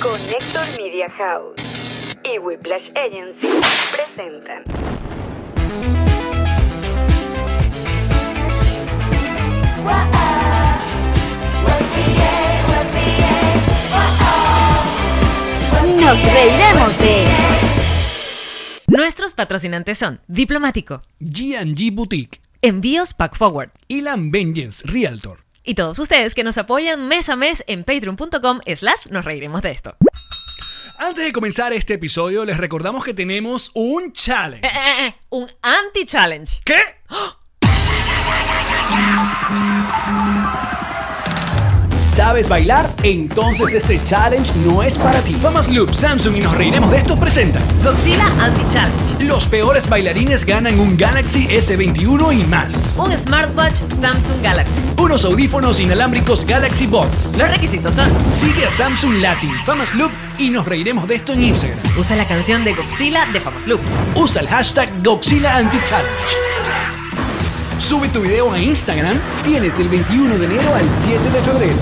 Connector Media House y Whiplash Agency presentan. Nos reiremos de esto. Nuestros patrocinantes son Diplomático, GG Boutique Envíos Pack Forward y Land Vengeance Realtor. y todos ustedes que nos apoyan mes a mes en patreon.com slash nos reiremos de esto. Antes de comenzar este episodio, les recordamos que tenemos un Eh, challenge. eh, eh, un anti-challenge. ¿Qué? ¿Sabes bailar? Entonces este challenge no es para ti. Famas Loop, Samsung y nos reiremos de esto presenta. Godzilla Anti-Challenge. Los peores bailarines ganan un Galaxy S21 y más. Un smartwatch Samsung Galaxy. Unos audífonos inalámbricos Galaxy Box. Los requisitos son Sigue a Samsung Latin, Famas Loop y nos reiremos de esto en Instagram. Usa la canción de Godzilla de Famous Loop. Usa el hashtag Godzilla Anti-Challenge. Sube tu video a Instagram Tienes del 21 de enero al 7 de febrero.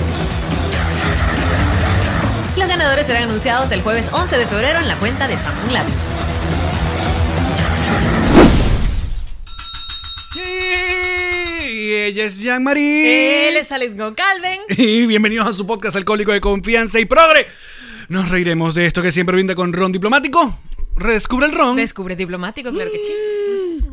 Los ganadores serán anunciados el jueves 11 de febrero en la cuenta de Samsung Latin. Y ella es Jean-Marie. Él es Alex Goncalven. Y bienvenidos a su podcast alcohólico de confianza y progre. Nos reiremos de esto que siempre brinda con ron diplomático. Redescubre el ron. Descubre Diplomático, claro que sí.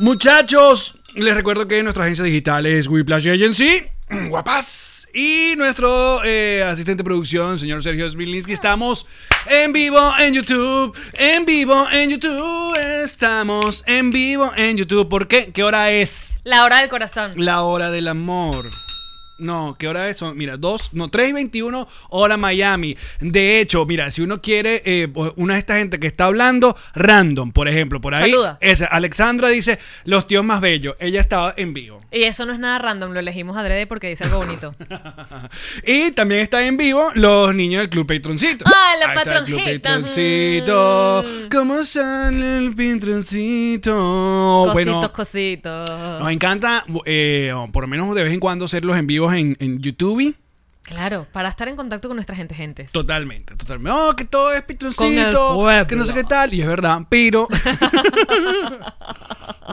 Muchachos, les recuerdo que nuestra agencia digital es Whiplash Agency. Guapas. Y nuestro eh, asistente de producción, señor Sergio Smilinski, estamos en vivo en YouTube. En vivo en YouTube. Estamos en vivo en YouTube. ¿Por qué? ¿Qué hora es? La hora del corazón. La hora del amor. No, ¿qué hora es? Son, mira, 2, no, 3 y 21, hora Miami. De hecho, mira, si uno quiere, eh, una de esta gente que está hablando, random, por ejemplo, por ahí. Saluda. es- Alexandra dice, los tíos más bellos. Ella estaba en vivo. Y eso no es nada random, lo elegimos adrede porque dice algo bonito. Y también está en vivo los niños del Club Patroncito. Ah, la Ahí está el Club patronjita. Patroncito. Mm. ¿Cómo sale el Patroncito? cositos, Bueno, cositos. nos encanta, eh, por lo menos de vez en cuando, hacer los en vivos en, en YouTube. Claro, para estar en contacto con nuestra gente, gente. Totalmente, totalmente. No, que todo es Con el pitroncito, pueblo. que no sé qué tal, y es verdad, pero...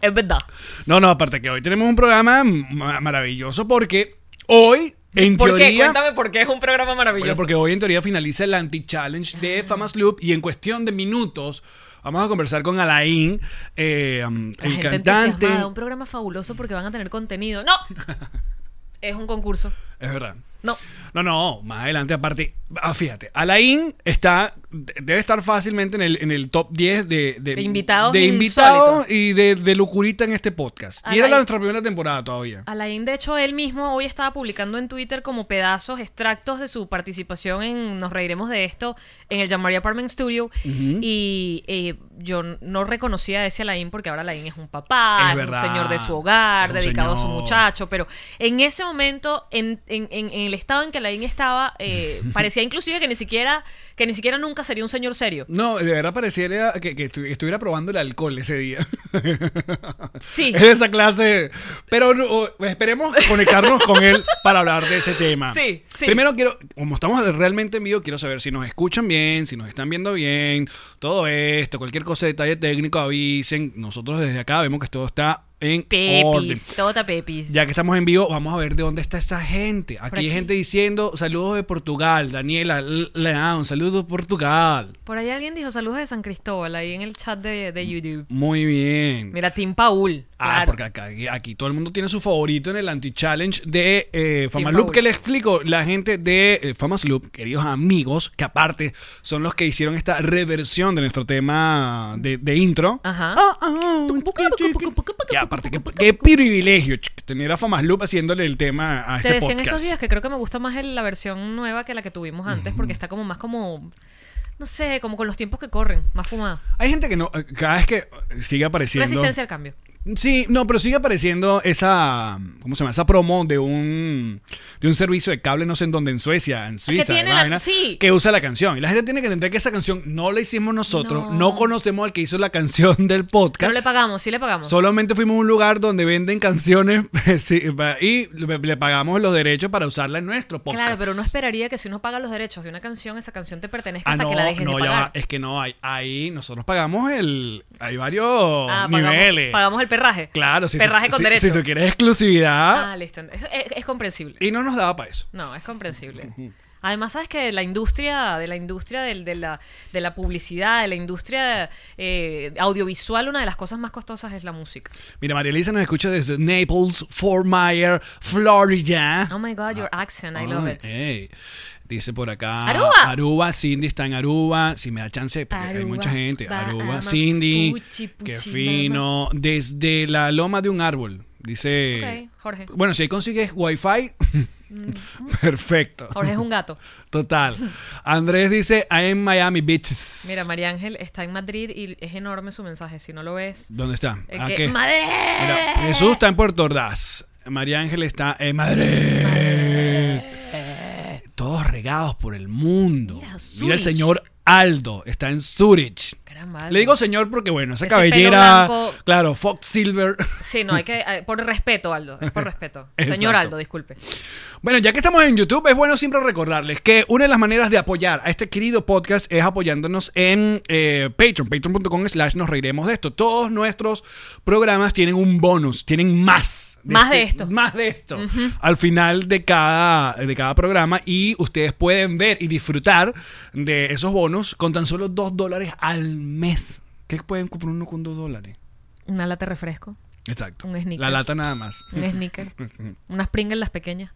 Es verdad. no, no, aparte que hoy tenemos un programa ma- maravilloso porque hoy, en ¿Por qué? teoría... Cuéntame por qué es un programa maravilloso. Bueno, porque hoy en teoría finaliza el anti-challenge de Famas Loop y en cuestión de minutos vamos a conversar con Alain, eh, um, La el gente cantante... entusiasmada, Un programa fabuloso porque van a tener contenido. ¡No! es un concurso. Es verdad. No. No, no, más adelante, aparte, ah, fíjate, Alain está, de- debe estar fácilmente en el, en el top 10 de, De invitados de insólitos. invitados y de, de locurita en este podcast. Y era Alain. la nuestra primera temporada todavía. Alain, de hecho, él mismo hoy estaba publicando en Twitter como pedazos, extractos de su participación en Nos Reiremos de Esto en el Jean-Marie Apartment Studio. Y eh, yo no reconocía a ese Alain porque ahora Alain es un papá, Es es, verdad. un señor de su hogar, Es un dedicado a su señor. muchacho. Pero en ese momento, en, en- en- en el estado en que Alain estaba, eh, parecía inclusive que ni siquiera que ni siquiera nunca sería un señor serio. No, de verdad pareciera que, que estu- estuviera probando el alcohol ese día. Sí. es de esa clase. Pero no, o- esperemos conectarnos con él para hablar de ese tema. Sí, sí. Primero quiero, como estamos realmente en vivo, quiero saber si nos escuchan bien, si nos están viendo bien, todo esto, cualquier cosa de detalle técnico avisen. Nosotros desde acá vemos que todo está en orden. Pepis, Tota Pepis. Ya que estamos en vivo, vamos a ver de dónde está esa gente. Aquí, aquí. hay gente diciendo saludos de Portugal, Daniela L- León, saludos Portugal. Por ahí alguien dijo saludos de San Cristóbal ahí en el chat de, Mm. de YouTube. Muy bien. Mira, Tim Paul. Ah, claro. porque acá- aquí, aquí todo el mundo tiene su favorito en el anti-challenge de eh, Famas Raúl. Loop, que le explico, la gente de eh, Famas Loop, queridos amigos, que aparte son los que hicieron esta reversión de nuestro tema de, de intro. Ajá. Ah, ah, Que aparte, qué, qué privilegio chico, tener a Famas Loop haciéndole el tema a Te este decía en podcast. estos días que creo que me gusta más el- la versión nueva que la que tuvimos antes porque está como más como, no sé, como con los tiempos que corren, más fumada. Hay gente eh, que no, cada vez que sigue apareciendo... Resistencia al cambio. Sí, no, pero sigue apareciendo esa, ¿cómo se llama? Esa promo de un, de un servicio de cable, no sé en dónde, en Suecia, en Suiza, tiene la- vaina, sí. que usa la canción. Y la gente tiene que entender que esa canción no la hicimos nosotros, no, No. conocemos al que hizo la canción del podcast. No le pagamos, sí le pagamos. Solamente fuimos a un lugar donde venden canciones sí, pa- y le le pagamos los derechos para usarla en nuestro podcast. Claro, pero uno esperaría que si uno paga los derechos de una canción, esa canción te pertenezca Ah, hasta no, que la dejes no, de ya va, eh, pagar. es que no, hay, ahí nosotros pagamos el... Hay varios Ah, pagamos- niveles. Pagamos, el perraje. Claro, si tú- Perraje con si- derecho. si tú quieres exclusividad, Ah, listo. Es, es- es comprensible. Y no nos daba para eso. No, es comprensible. Además, sabes que la industria, de la industria del- de, la, de la publicidad, de la industria eh, audiovisual, una de las cosas más costosas es la música. Mira, María Elisa nos escucha desde Naples, Fort Myers, Florida. Oh my God, your accent, I love Ah, Ay, eh, it. ey. Dice por acá. Aruba. Aruba, Cindy está en Aruba. Si me da chance, porque hay Aruba, mucha gente. Bahama, Aruba, Cindy. Puchi, Puchi, qué fino. Desde la loma de un árbol. Dice. Ok, Mm-hmm. Jorge. Bueno, si ahí consigues wifi, perfecto. Jorge es un gato. Total. Andrés dice, I'm Miami, bitches. Mira, María Ángel está en Madrid y es enorme su mensaje. Si no lo ves, ¿Dónde está? es ¿A que- Ah, qué? ¡Madre! Mira, Jesús está en Puerto Ordaz. María Ángel está en Madrid. Todos regados por el mundo. Mira, Mira Zurich. el señor Aldo, está en Zurich. Caramba, Le digo señor porque, bueno, esa Ese cabellera. pelo blanco. Claro, Fox Silver. Sí, no, hay que. eh, Por respeto, Aldo. Es por respeto. Señor Exacto. Aldo, disculpe. Bueno, ya que estamos en YouTube, es bueno siempre recordarles que una de las maneras de apoyar a este querido podcast es apoyándonos en eh, Patreon, patreon.com slash nos reiremos de esto. Todos nuestros programas tienen un bonus, tienen más. este, Más de esto. Más de esto. Al final de cada, de cada programa y ustedes pueden ver y disfrutar de esos bonus con tan solo 2 dólares al mes. ¿Qué pueden comprar uno con 2 dólares? Una lata de refresco, Exacto. Un sneaker. La lata nada más. un sneaker, unas Pringles las pequeñas.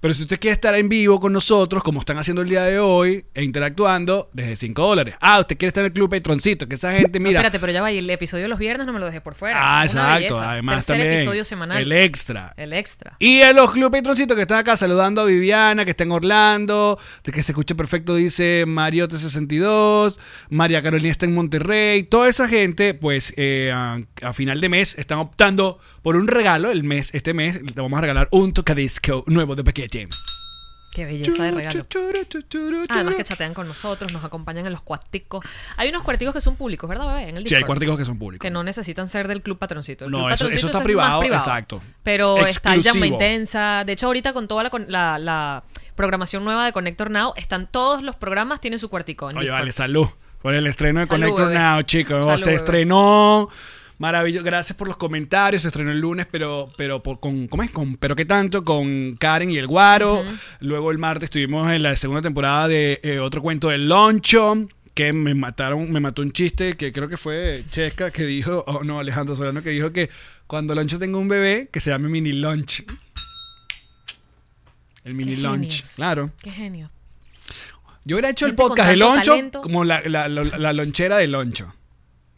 Pero si usted quiere estar en vivo con nosotros, como están haciendo el día de hoy, e interactuando, desde 5 dólares. Ah, usted quiere estar en el club Patroncito, que esa gente, No, mira. espérate, pero ya va, y el episodio de los viernes no me lo dejé por fuera. ah, Una exacto. belleza. Además, Tercer también. episodio semanal. El extra. El extra. Y a los club Patroncitos que están acá saludando a Viviana, que está en Orlando, de que se escucha perfecto, dice Mariote62, María Carolina está en Monterrey. Toda esa gente, pues eh, a, a final de mes están optando por un regalo. El mes, este mes, le vamos a regalar un tocadisco nuevo de paquete. Qué belleza de regalo. Churu, churu, churu, churu. Además que chatean con nosotros, nos acompañan en los cuarticos. Hay unos cuarticos que son públicos, ¿verdad, bebé? En el Sí, hay Discord. cuarticos que son públicos. Que no necesitan ser del Club Patroncito. El No, Club eso- Patroncito eso está es más privado, exacto. Pero está el Exclusivo. Llama Intensa. De hecho, ahorita con toda la, con- la- la programación nueva de Connector Now, están todos los programas, tienen su cuartico. en Oye, Discord. vale, salud. Por el estreno de Salud, Connector bebé. Now, chicos. Salud, se bebé. estrenó. Maravilloso. Gracias por los comentarios. Se estrenó el lunes, pero, pero por- con, ¿cómo es? Con, pero qué tanto, con Karen y el Guaro. Luego el martes estuvimos en la segunda temporada de eh, otro cuento del Loncho. Que me mataron, me mató un chiste que creo que fue Chesca que dijo, oh no, Alejandro Solano, que dijo que cuando Loncho tenga un bebé, que se llame Mini Lunch. El Mini Lunch, genios. claro. Qué genio. Yo hubiera hecho el Gente con podcast de tanto Loncho talento. como la, la- la- la lonchera de Loncho.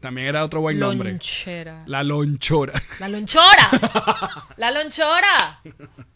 También era otro buen nombre. Lonchera. La lonchora. La lonchora. la lonchora.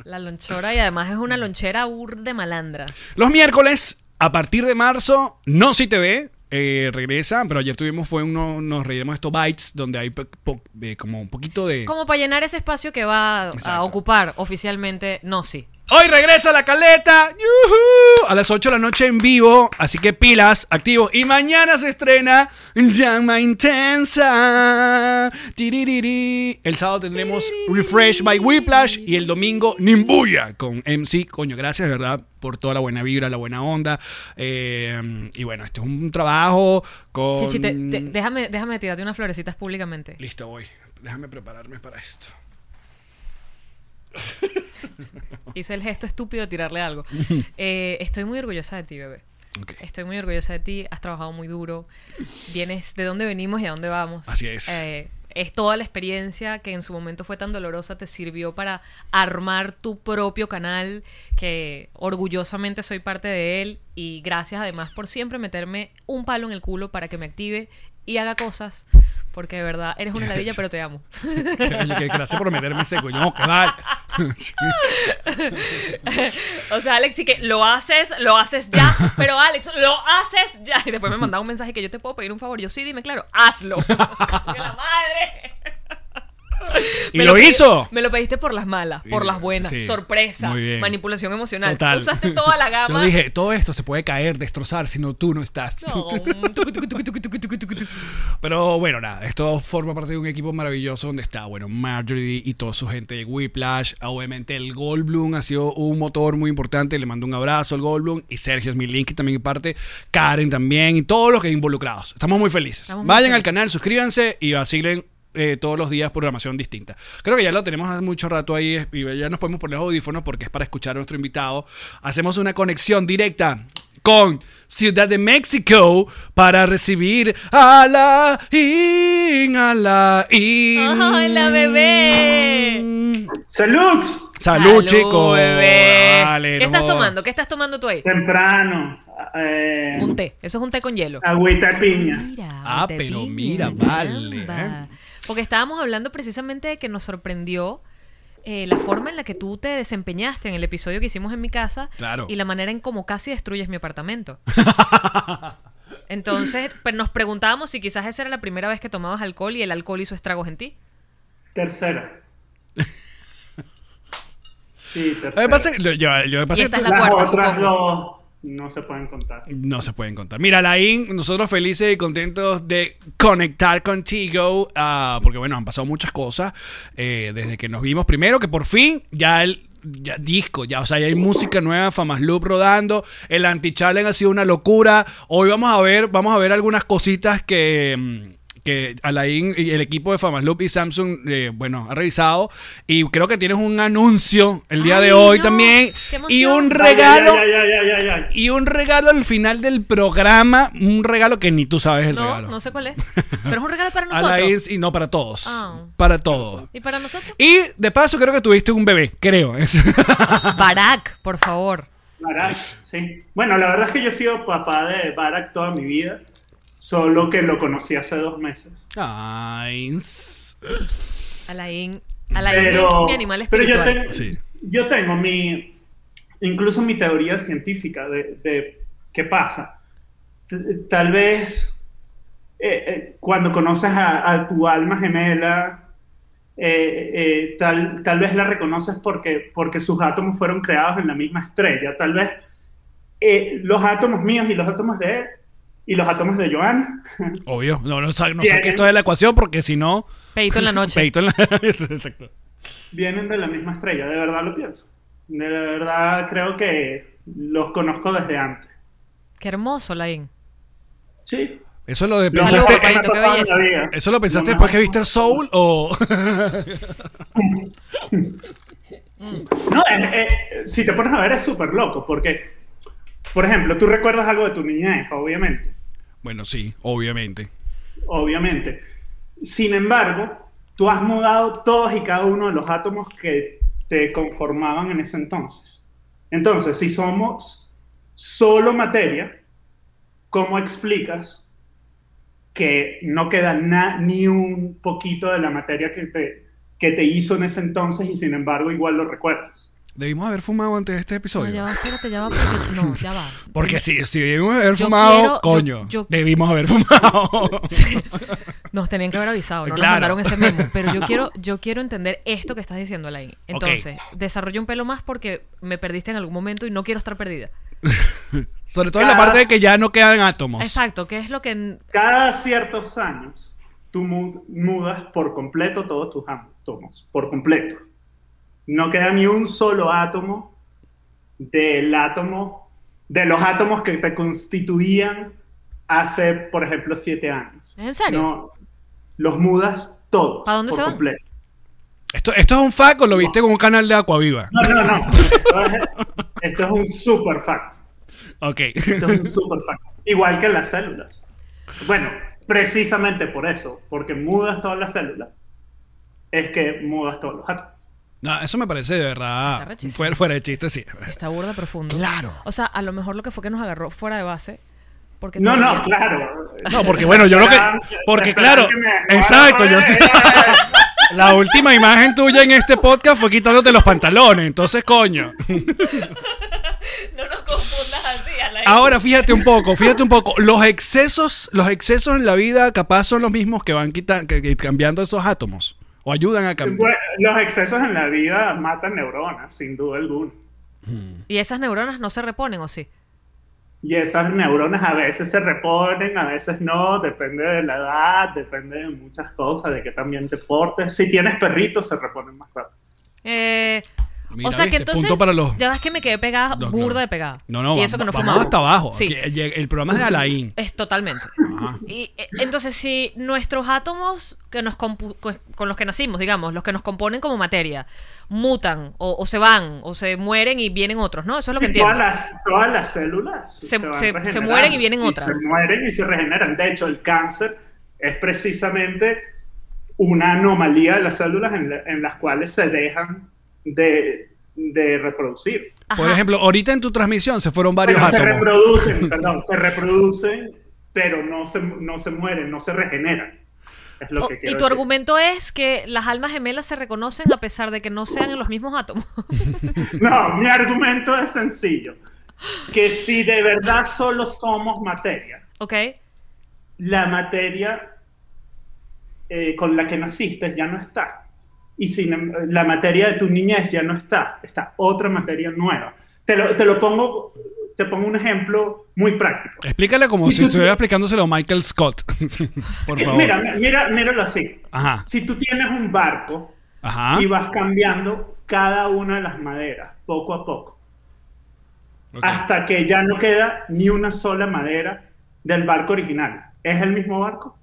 La lonchora y además es una lonchera burde malandra. Los miércoles, a partir de marzo, no si te ve. eh, regresa, pero ayer tuvimos fue uno, nos reiremos estos bytes donde hay po- po- eh, como un poquito de. Como para llenar ese espacio que va a- Exacto. a ocupar oficialmente No sí. Hoy regresa la caleta ¡Yujú! a las 8 de la noche en vivo, así que pilas, activos. Y mañana se estrena Llama Intensa. Tiririri. El sábado tendremos Refresh by Whiplash y el domingo Nimbuya con MC. Coño, gracias, de ¿verdad? Por toda la buena vibra, la buena onda. Eh, y bueno, este es un trabajo con... Chichi, te- te- déjame, déjame tirarte unas florecitas públicamente. Listo, voy. Déjame prepararme para esto. Hice el gesto estúpido de tirarle algo. Eh, estoy muy orgullosa de ti, bebé. Ok. Estoy muy orgullosa de ti. Has trabajado muy duro. Vienes de dónde venimos y a dónde vamos. Así es. Eh, es toda la experiencia que en su momento fue tan dolorosa te sirvió para armar tu propio canal, que orgullosamente soy parte de él y gracias además por siempre meterme un palo en el culo para que me active y haga cosas, porque de verdad eres una ladilla, pero te amo. Oye, que gracias por meterme ese coño, que vale. O sea, Alex, sí que lo haces, lo haces ya, pero Alex, lo haces ya. Y después me mandaba un mensaje que yo te puedo pedir un favor. Yo sí, dime, claro, hazlo. Yo, la madre. Y Me lo pedi- hizo. Me lo pediste por las malas, por Y- las buenas, sí. sorpresa, Muy bien. manipulación emocional. Total. Tú usaste toda la gama. Yo dije, todo esto se puede caer, destrozar, si no tú no estás. No, un tucu, tucu, tucu, tucu, tucu, tucu, tucu. Pero bueno, nada, esto forma parte de un equipo maravilloso donde está, bueno, Marjorie y toda su gente de Whiplash. Obviamente el Goldblum ha sido un motor muy importante, le mando un abrazo al Goldblum y Sergio Smilinski también parte, Karen también y todos los que involucrados. Estamos muy felices. Estamos muy Vayan al felices. canal, suscríbanse y vacilen. eh, todos los días programación distinta. Creo que ya lo tenemos hace mucho rato ahí es- y ya nos podemos poner los audífonos porque es para escuchar a nuestro invitado. Hacemos una conexión directa con Ciudad de México para recibir a la in, a la in. ¡Hola, bebé! ¡Salud! Salud, chicos. bebé. Vale, ¿Qué no estás jodas. tomando? ¿Qué estás tomando tú ahí? Temprano. eh, Un té. Eso es un té con hielo. agüita de piña. Mira, Ah, te pero vi, mira, caramba. vale, ¿eh? Porque estábamos hablando precisamente de que nos sorprendió eh, la forma en la que tú te desempeñaste en el episodio que hicimos en mi casa Claro. y la manera en cómo casi destruyes mi apartamento. Entonces, pues, nos preguntábamos si quizás esa era la primera vez que tomabas alcohol y el alcohol hizo estragos en ti. Tercera. Sí, Lo tercera. que pasa es que- lo- yo- lo que pasa Y es esta que- es la Las cuarta, otras supongo. dos no se pueden contar. No se pueden contar. Mira, Laín, nosotros felices y contentos de conectar contigo, ah, porque bueno, han pasado muchas cosas eh, desde que nos vimos. Primero que por fin ya el ya disco, ya, o sea, ya hay música nueva, Famas Loop rodando, el anti-challenge ha sido una locura. Hoy vamos a ver, vamos a ver algunas cositas que... mm, que Alain y el equipo de Famasloop y Samsung, eh, bueno, ha revisado. Y creo que tienes un anuncio el día de Ay, hoy no, también. qué Y emoción. un Ay, regalo. ay, ay, ay, ay, ay, ay. Y un regalo al final del programa, un regalo que ni tú sabes el no, regalo. no sé cuál es. Pero es un regalo para A la nosotros. is- y no para todos. Ah. Para todos. ¿Y para nosotros? Y de paso creo que tuviste un bebé, creo. Es- Barack, por favor. Barak, sí. Bueno, la verdad es que yo he sido papá de Barak toda mi vida, solo que lo conocí hace dos meses. Ay. Alain, Alain Pero, es mi animal pero yo, espiritual. tengo Sí. yo tengo mi, incluso mi teoría científica de, de qué pasa. T- Tal vez eh, eh, cuando conoces a, a tu alma gemela, eh, eh, tal, tal vez la reconoces porque, porque sus átomos fueron creados en la misma estrella. Tal vez eh, los átomos míos y los átomos de él y los átomos de Joana Obvio. No, no, sa- no Bien. saques esto de la ecuación porque si no... Pedito en la noche. Pedito en la Exacto. vienen de la misma estrella. De verdad lo pienso. De verdad creo que los conozco desde antes. Qué hermoso, Alain. Sí. Eso lo de Lo Salud, pensaste... mejor que me ha papayito, qué pasado en belleza. la vida. ¿Eso lo pensaste Lo después que mejor. viste Soul o...? No, es- es- si te pones a ver es súper loco, porque, por ejemplo, tú recuerdas algo de tu niñez, obviamente, bueno, sí, obviamente. obviamente. Sin embargo, tú has mudado todos y cada uno de los átomos que te conformaban en ese entonces. Entonces, si somos solo materia, ¿cómo explicas que no queda na- ni un poquito de la materia que te, que te hizo en ese entonces y sin embargo igual lo recuerdas? Debimos haber fumado antes de este No, episodio. ya va, espérate, ya va, porque... No, ya va. Porque si, si debimos haber Yo fumado, quiero- yo- coño, yo- debimos haber fumado. Nos tenían que haber avisado, no Claro. nos mandaron ese memo. Pero yo quiero, yo quiero entender esto que estás diciendo, Alain. Entonces, desarrollo un pelo más porque me perdiste en algún momento y no quiero estar perdida. Sobre todo en la parte de que ya no quedan átomos. Exacto, ¿qué es lo que...? Cada ciertos años, tú mu- mudas por completo todos tus átomos, por completo. No queda ni un solo átomo del átomo, de los átomos que te constituían hace, por ejemplo, siete años. ¿En serio? No, los mudas todos. ¿Para dónde por se van? completo. ¿Esto, ¿Esto es un fact o lo viste con un canal de Aquaviva? No, no, no. Esto es, esto es un super fact. Ok. Esto es un super fact. Igual que las células. Bueno, precisamente por eso, porque mudas todas las células, es que mudas todos los átomos. No, eso me parece de Está verdad. rechísimo. Fuera, fuera de chiste, sí. Está burda profundo. Claro. O sea, a lo mejor lo que fue que nos agarró fuera de base. Porque No, todavía- no, claro. No, porque bueno, yo lo que. Esperaban- Porque claro. esperaban que me- Exacto, yo. Eh, La última imagen tuya en este podcast fue quitándote los pantalones, entonces coño. No nos confundas así, Alain. Ahora fíjate un poco, fíjate un poco, los excesos, los excesos en la vida capaz son los mismos que van quita- que- que cambiando esos átomos. O ayudan a cambiar. Bueno, los excesos en la vida matan neuronas, sin duda alguna. ¿Y esas neuronas no se reponen o sí? Y esas neuronas a veces se reponen, a veces no, depende de la edad, depende de muchas cosas, de que también te portes. Si tienes perritos, se reponen más rápido. Eh, Mira, o sea ¿viste? que entonces. Punto para los- Ya ves que me quedé pegada, Los- burda de pegada. No, no, Y va- eso que no vamos fumaba. hasta abajo. Sí. Eh, Que llega- el programa es de Alain. Es totalmente. Y eh, entonces, si nuestros átomos que nos compu- co- con los que nacimos, digamos, los que nos componen como materia, mutan o, o se van o se mueren y vienen otros, ¿no? Eso es lo que Y entiendo. todas las, todas las células Se- van se- se regenerando, mueren y vienen otras. Se mueren y se regeneran. De hecho, el cáncer es precisamente una anomalía de las células en, la- en las cuales se dejan de, de reproducir. Ajá. Por ejemplo, ahorita en tu transmisión se fueron varios Bueno, se átomos. reproducen, perdón, se reproducen, pero no se, no se mueren, no se regeneran. Es lo O- que Oh, y tu quiero decir. argumento es que las almas gemelas se reconocen a pesar de que no sean en los mismos átomos. No, mi argumento es sencillo. Que si de verdad solo somos materia, ¿Ok? la materia eh, con la que naciste ya no está. Y sin, em- la materia de tu niñez ya no está. Está otra materia nueva. Te lo, te lo pongo, te pongo un ejemplo muy práctico. Explícale como Sí, si tú- estuviera explicándoselo a Michael Scott. Por favor. Eh, Ah. Mira, mira, míralo así. Ajá. Si tú tienes un barco Ajá. y vas cambiando cada una de las maderas, poco a poco, Ok. hasta que ya no queda ni una sola madera del barco original. ¿Es el mismo barco?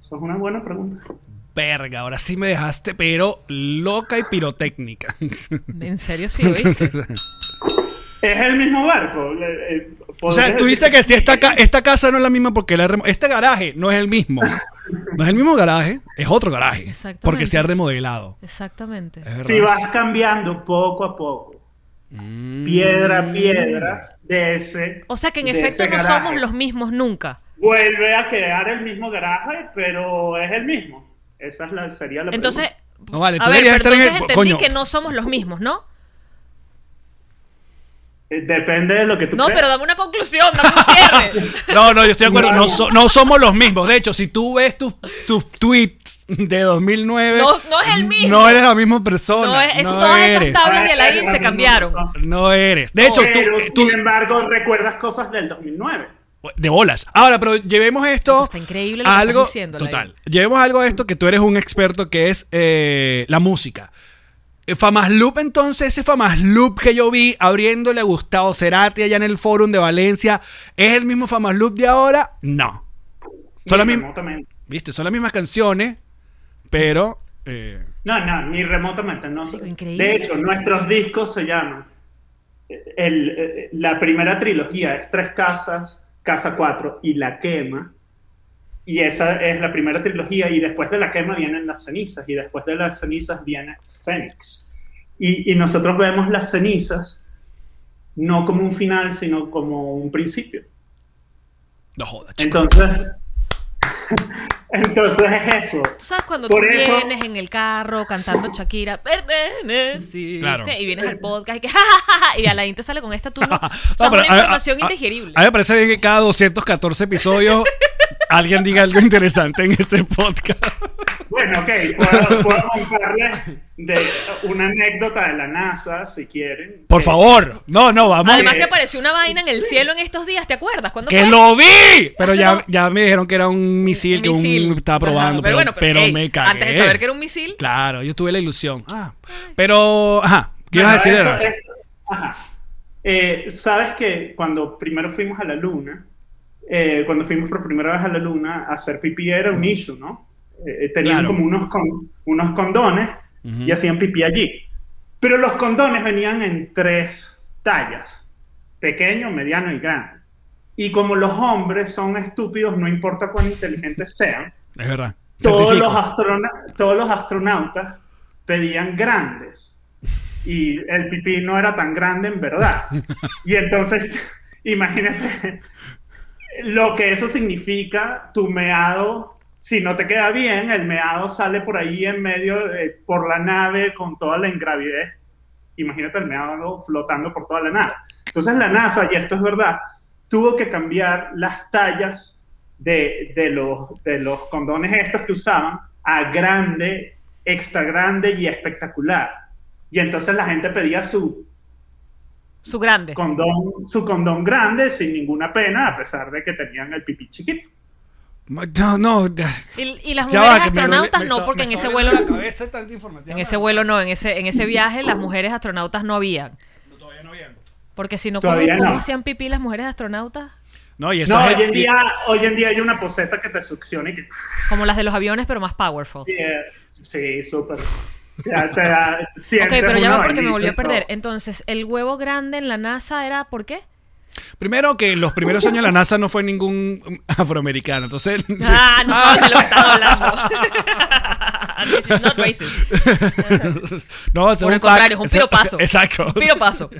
Eso es una buena pregunta. Verga, ahora sí me dejaste, pero loca y pirotécnica. En serio, sí, ¿oíste? ¿Es el mismo barco? Le- eh, o sea, podrías tú dices decir- que si esta, ca- esta casa no es la misma porque la remo- este garaje no es el mismo. No es el mismo garaje, es otro garaje. Exactamente. Porque se ha remodelado. Exactamente. Es verdad. Si vas cambiando poco a poco, Mm. piedra a piedra de ese. O sea que en de efecto ese no garaje, somos los mismos nunca. Vuelve a quedar el mismo garaje, pero es el mismo. Esa es la, sería la Entonces, pregunta. No, vale, a tú ver, deberías pero estar en entonces el- entendí coño. que no somos los mismos, ¿no? Eh, Depende de lo que tú No, creas. pero dame una conclusión, dame un cierre. No, no, yo estoy de acuerdo. No, No. so- no somos los mismos. De hecho, si tú ves tus, tus tweets de 2009, No- no es el mismo. No eres la misma persona. No, No, es- es- todas esas eres. tablas de la IN se cambiaron. No eres. De hecho, tú- Pero, tú, sin embargo, recuerdas cosas del 2009. De bolas. Ahora, pero llevemos Esto esto. está increíble lo a que algo, estás diciendo, Laila. Total. Llevemos algo a esto que tú eres un experto, que es eh, la música. Eh, Famasloop, entonces, ese Famasloop que yo vi abriéndole a Gustavo Cerati allá en el Fórum de Valencia, ¿es el mismo Famasloop de ahora? No. Son las Ni mismas, remotamente. ¿viste? Son las mismas canciones, pero. eh, No, no, ni remotamente. No. Chico, increíble. de hecho, nuestros discos se llaman. el- eh, la primera trilogía es Tres Casas, Casa 4 y La Quema. Y esa es la primera trilogía. Y después de La Quema vienen las cenizas. Y después de las cenizas viene Fénix. Y, y nosotros vemos las cenizas no como un final, sino como un principio. no jodas, chico. Entonces, entonces es eso. Tú sabes cuando Por tú eso- vienes en el carro cantando Shakira, perteneciste, Claro. y vienes al podcast y que jajaja, y a la te sale con esta tú no. O sea, No, pero es a- una información a- a- indegerible. A mí me parece bien que cada 214 episodios alguien diga algo interesante en este podcast. Bueno, ok, puedo, puedo contarles de una anécdota de la NASA, si quieren. Eh, Por Que- favor. No, no, vamos. Eh, Además eh, que apareció una vaina en el cielo en estos días, ¿te acuerdas? ¿Cuándo ¡Que fue? lo vi! Pero Hace ya, dos- ya me dijeron que era un misil que Misil. un estaba Ajá, probando. pero bueno, pero ey, me cagué. Antes de saber que era un misil, Claro, yo tuve la ilusión. Ah, pero, ajá, ¿qué ibas Bueno, a decir? esto- Erasmo? esto- ajá. Eh, Sabes que cuando primero fuimos a la Luna, eh, cuando fuimos por primera vez a la Luna, hacer pipí era un issue, ¿no? Eh, eh, tenían Claro. como unos, con- unos condones y hacían pipí allí. Pero los condones venían en tres tallas, pequeño, mediano y grande. Y como los hombres son estúpidos, no importa cuán inteligentes sean, Es verdad. todos Certifico. los, astrona- todos los astronautas pedían grandes y el pipí no era tan grande en verdad. Y entonces, imagínate lo que eso significa, tu meado, si no te queda bien, el meado sale por ahí en medio, de- por la nave con toda la ingravidez. Imagínate el meado flotando por toda la nave. Entonces la NASA, y esto es verdad, tuvo que cambiar las tallas de, de los, de los condones estos que usaban a grande, extra grande y espectacular. Y entonces la gente pedía su Su grande. condón, su condón grande sin ninguna pena, a pesar de que tenían el pipí chiquito. No, no. Y, y las mujeres astronautas no, porque en ese vuelo... La cabeza tanta información. En ese vuelo no, en ese, en ese viaje las mujeres astronautas no habían. Todavía no habían. Porque si no, ¿cómo, Todavía no. cómo hacían pipí las mujeres astronautas? No, y esa No, gente- hoy en, día, hoy en día hay una poseta que te succiona y que... Como las de los aviones, pero más powerful. Yeah, Sí, súper. Ya te da- sientes Ok, pero ya una va porque me vainita volvió y a perder. todo. Entonces, el huevo grande en la NASA era ¿por qué? Primero que en los primeros años de la NASA no fue ningún um, afroamericano, entonces... Ah, no sabes de lo que estás hablando. This is not racist. no, eso Por el es un fact. contrario, es un Eso- piropazo. Exacto. Un piropazo.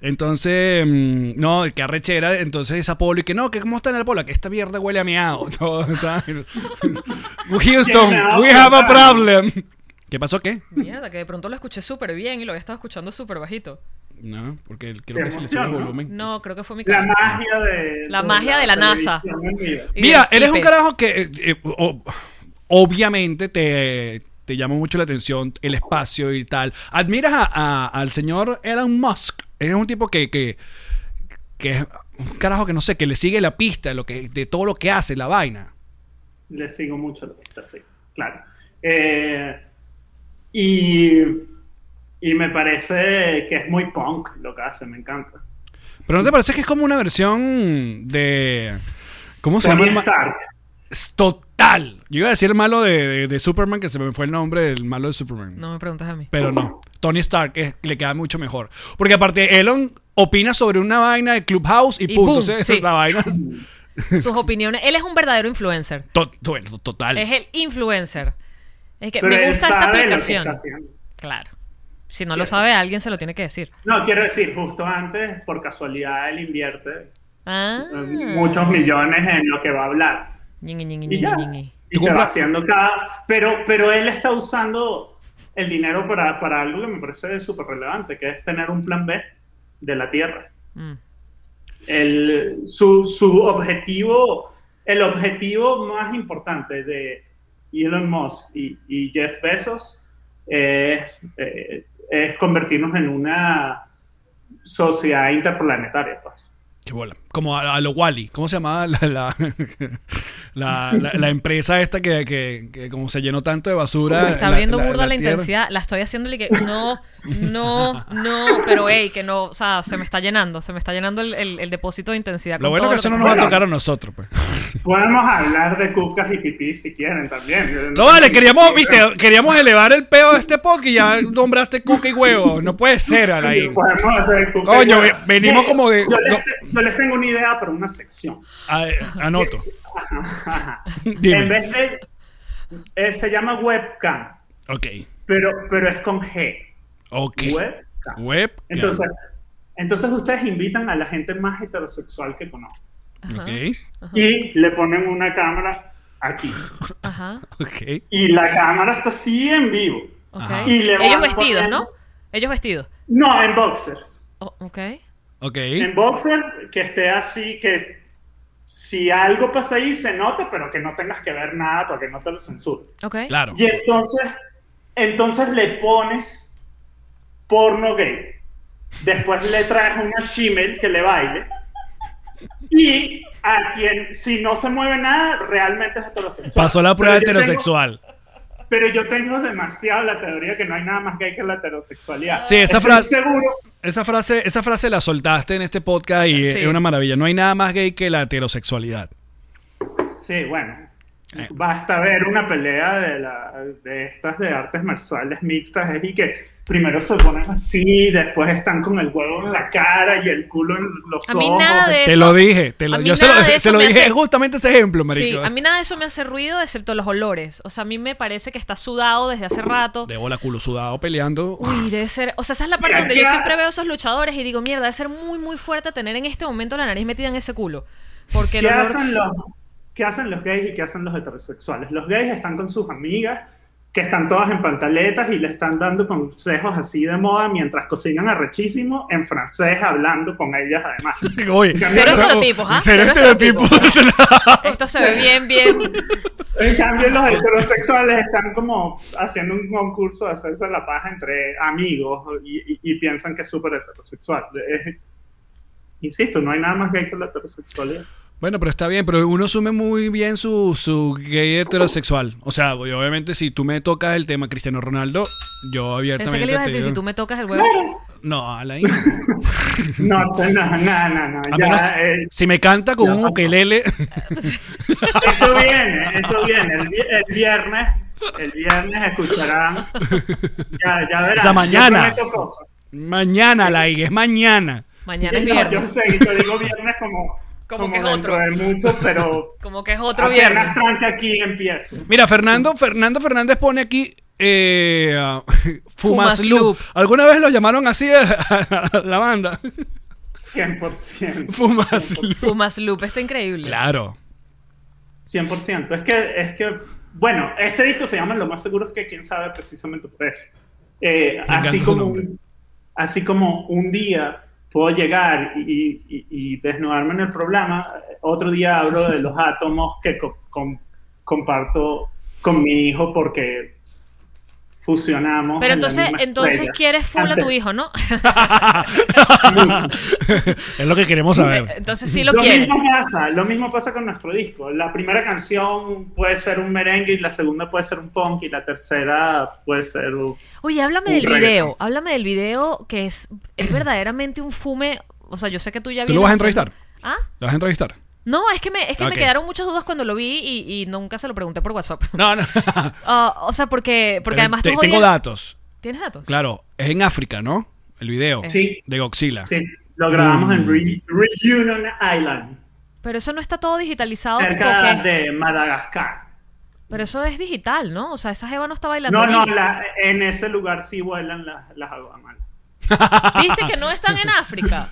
Entonces, mm, no, qué arrechera. Entonces esa polo y que no, que cómo está en el polo, que esta mierda huele a miado. No, ¿sabes? Houston, we have a problem. ¿Qué pasó qué? Mierda, que de pronto lo escuché súper bien y lo había estado escuchando súper bajito. No, porque el- creo Te que se le sube el emociona, ¿no? volumen. No, creo que fue mi La cara. magia de... La magia de la NASA. televisión en vivo. Y Mira, del él es un tipe. carajo que eh, eh, o- obviamente te, te llama mucho la atención el espacio y tal. Admiras a- a- al señor Elon Musk. Es un tipo que, que, que es un carajo que no sé, que le sigue la pista de, lo que, de todo lo que hace, la vaina. Le sigo mucho la pista, sí, claro. Eh, y, y me parece que es muy punk lo que hace, me encanta. Pero ¿no te parece que es como una versión de... ¿Cómo se Tony llama? el ma- Stark. Es Total. Yo iba a decir el malo de, de- de Superman, que se me fue el nombre del malo de Superman. No me preguntas a mí. Pero no. Tony Stark es- le queda mucho mejor. Porque aparte, Elon opina sobre una vaina de Clubhouse y, Y punto. boom, Entonces, sí. la vaina es Sus opiniones. Él es un verdadero influencer. to- bueno, total. Es el influencer. Es que Pero me él gusta esta sabe lo que aplicación. está haciendo. Claro. Si no lo sabe, alguien se lo tiene que decir. No, quiero decir, justo antes, por casualidad, él invierte eh, Ah. muchos millones en lo que va a hablar. Ñiñi, ñiñi, y ya. ñiñi, ñiñi. Y Tú se va compras- haciendo cada. Pero, pero él está usando el dinero para, para algo que me parece súper relevante, que es tener un plan B de la Tierra. Mm. El, su, su objetivo, el objetivo más importante de Elon Musk y, y Jeff Bezos es, eh, es convertirnos en una sociedad interplanetaria. Pues. Qué bola. Como a, a lo Wally. ¿Cómo se llamaba la, la, la- la- la empresa esta que, que- que como se llenó tanto de basura? Me está abriendo burda la, tierra? intensidad. La estoy haciéndole que no, no, no, pero hey, que no, o sea, se me está llenando, se me está llenando el, el- el depósito de intensidad. Lo con bueno todo que eso no te- nos va a Bueno. tocar a nosotros, pues. Podemos hablar de cucas y pipí si quieren también. No vale, queríamos, viste, queríamos elevar el peo de este podcast y ya nombraste cuca y huevo. No puede ser, Alain. Podemos hacer cuca y Coño, huevo. ve- venimos como de- Yo les, no. yo les tengo una idea para una sección. A- Anoto. Ajá. Dime. En vez de. eh, se llama webcam, Ok. pero, pero es con G. Ok. Webcam. Web. Entonces, entonces ustedes invitan a la gente más heterosexual que conozcan Ok. y le ponen una cámara aquí. Ajá, Ok. Y la cámara está así en vivo. ok. Ajá. Y le Ellos van vestidos, poniendo- ¿no? Ellos vestidos. No, en boxers. Oh, ok. Ok. En boxer, que esté así, que si algo pasa ahí se nota, pero que no tengas que ver nada para que no te lo censuren. Ok. Claro. Y entonces, entonces le pones porno gay. Después le traes a una shimel que le baile. Y a quien, si no se mueve nada, realmente es heterosexual. Pasó la prueba Pero yo heterosexual. tengo- pero yo tengo demasiado la teoría que no hay nada más gay que la heterosexualidad. Sí, esa Estoy frase- seguro Esa frase, esa frase la soltaste en este podcast y Sí. es una maravilla. No hay nada más gay que la heterosexualidad. Sí, bueno. Eh. Basta ver una pelea de, la, de estas de artes marciales mixtas es y que primero se ponen así, después están con el huevo en la cara y el culo en los A mí ojos. nada de Te eso- lo dije. Te a lo, mí yo se lo, nada de se eso lo me dije hace- justamente ese ejemplo, Sí, marico. a mí nada de eso me hace ruido excepto los olores. O sea, a mí me parece que está sudado desde hace rato. De bola culo sudado peleando. Uy, debe ser. O sea, esa es la parte Mira, donde yo claro. siempre veo a esos luchadores y digo, mierda, debe ser muy, muy fuerte tener en este momento la nariz metida en ese culo. Porque el ¿Qué olor. hacen, los, ¿Qué hacen los gays y qué hacen los heterosexuales? Los gays están con sus amigas que están todas en pantaletas y le están dando consejos así de moda mientras cocinan arrechísimo en francés hablando con ellas además. Oye, Cero estereotipos, ¿ah? Cero Cero estereotipos. Esto se ve bien, bien. En cambio, los heterosexuales están como haciendo un concurso de hacerse la paja entre amigos y, y- y piensan que es súper heterosexual. Es- insisto, no hay nada más gay que la heterosexualidad. Bueno, pero está bien, pero uno asume muy bien su, su gay heterosexual. O sea, voy- obviamente si tú me tocas el tema Cristiano Ronaldo, Pensé yo que abiertamente le ibas a te decir, digo- si tú me tocas el huevo. No, Alain. No, no, no, no, no. A ya, menos eh, si me canta con ya un pasó. ukelele. eso viene, eso viene. El, vi- el viernes, el viernes escucharán. Ya, ya verán. O sea, mañana. Yo prometo cosas. mañana, Alain, es mañana. Mañana es No, viernes. Yo sé, yo digo viernes como, Como como, que es dentro otro. de mucho, pero Como que es otro apenas viernes. tranque aquí empiezo. Mira, Fernando, Fernando Fernández pone aquí eh, ah, Fumas, Fumas Loop. Loop. ¿Alguna vez lo llamaron así a la, a la banda? 100%. Fumas Loop. Fumas Loop, está increíble. Claro. 100%. Es que, es que, bueno, este disco se llama Lo más seguro es que quién sabe precisamente por eso. Eh, encanta así, ese como nombre. un, así como un día puedo llegar y, y- y desnudarme en el programa, otro día hablo de los átomos que co- com- comparto con mi hijo porque fusionamos. Pero en la entonces, misma entonces estrella. quieres full a tu Antes- hijo, ¿no? es lo que queremos saber. Entonces sí lo lo quieres. mismo pasa, lo mismo pasa con nuestro disco. La primera canción puede ser un merengue y la segunda puede ser un punk y la tercera puede ser un... Oye, háblame Un del reggaetón. video. Háblame del video que es, es verdaderamente un fume. O sea, yo sé que tú ya ¿Tú vienes lo vas a haciendo- entrevistar? ¿Ah? ¿Lo vas a entrevistar? No, es que me, es que Ok. me quedaron muchas dudas cuando lo vi y, y nunca se lo pregunté por WhatsApp. No, no. Ah, o sea, porque, porque Pero además te- tú Tengo jodías- datos. ¿Tienes datos? Claro, es en África, ¿no? El video. Sí, De Godzilla. sí, lo grabamos en Ah. Mm. Re- Reunion Island, Pero eso no está todo digitalizado. tipo, cerca ¿qué? de Madagascar. Pero eso es digital, ¿no? O sea, esa jeva no está bailando. No, no, allí. la- en ese lugar sí vuelan las, las aguamalas. Viste que no están en África.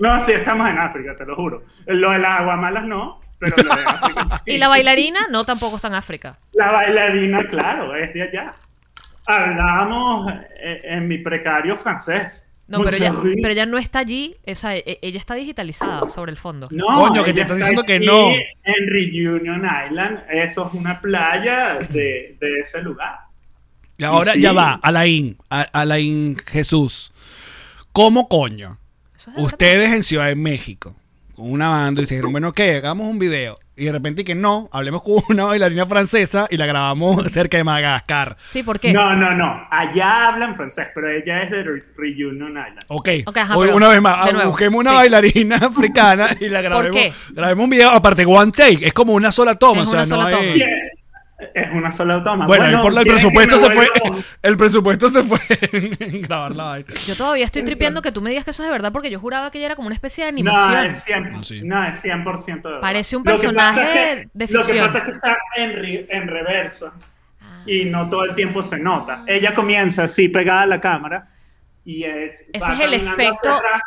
No, sí, estamos en África, te lo juro. Lo de las aguamalas no, pero lo de África sí. Y la bailarina no tampoco está en África. La bailarina, claro, es de allá. Hablábamos eh, en mi precario francés. No, pero Mucho ella, ruido. pero ella no está allí. O sea, e- ella está digitalizada sobre el fondo. No, Coño, que te estás ella está diciendo que aquí no. En Reunion Island, eso es una playa de, de ese lugar. Y ahora Sí. ya va, Alain, a- Alain Jesús. ¿Cómo coño? Eso es de verdad. Ustedes en Ciudad de México, con una banda, y ustedes dijeron, bueno, ¿qué? Hagamos un video. Y de repente que no, hablemos con una bailarina francesa y la grabamos cerca de Madagascar. Sí, ¿por qué? No, no, no. Allá hablan francés, pero ella es de Re- Reunion Island. Ok, Ok, ajá, o- pero- una vez más, de ah, nuevo, busquemos una sí. bailarina africana y la grabemos. qué? Grabemos un video, aparte, one take, es como una sola toma. Es o sea, una sola no hay- toma. Y es- Es una sola toma. Bueno, ahí por la- el ¿quieren Ah, que presupuesto me se fue. vuelva- El presupuesto se fue en, en grabar la vaina. Yo todavía estoy tripeando que tú me digas que eso es de verdad porque yo juraba que ella era como una especie de No, animación. es 100%, No, sí. no, es 100% de verdad. Parece un Lo que pasa personaje es que- de Lo que ficción. pasa es que está en, re- en reversa Ah. y no todo el tiempo se nota. Ella comienza así pegada a la cámara y es, Ese va es el caminando hacia efecto- atrás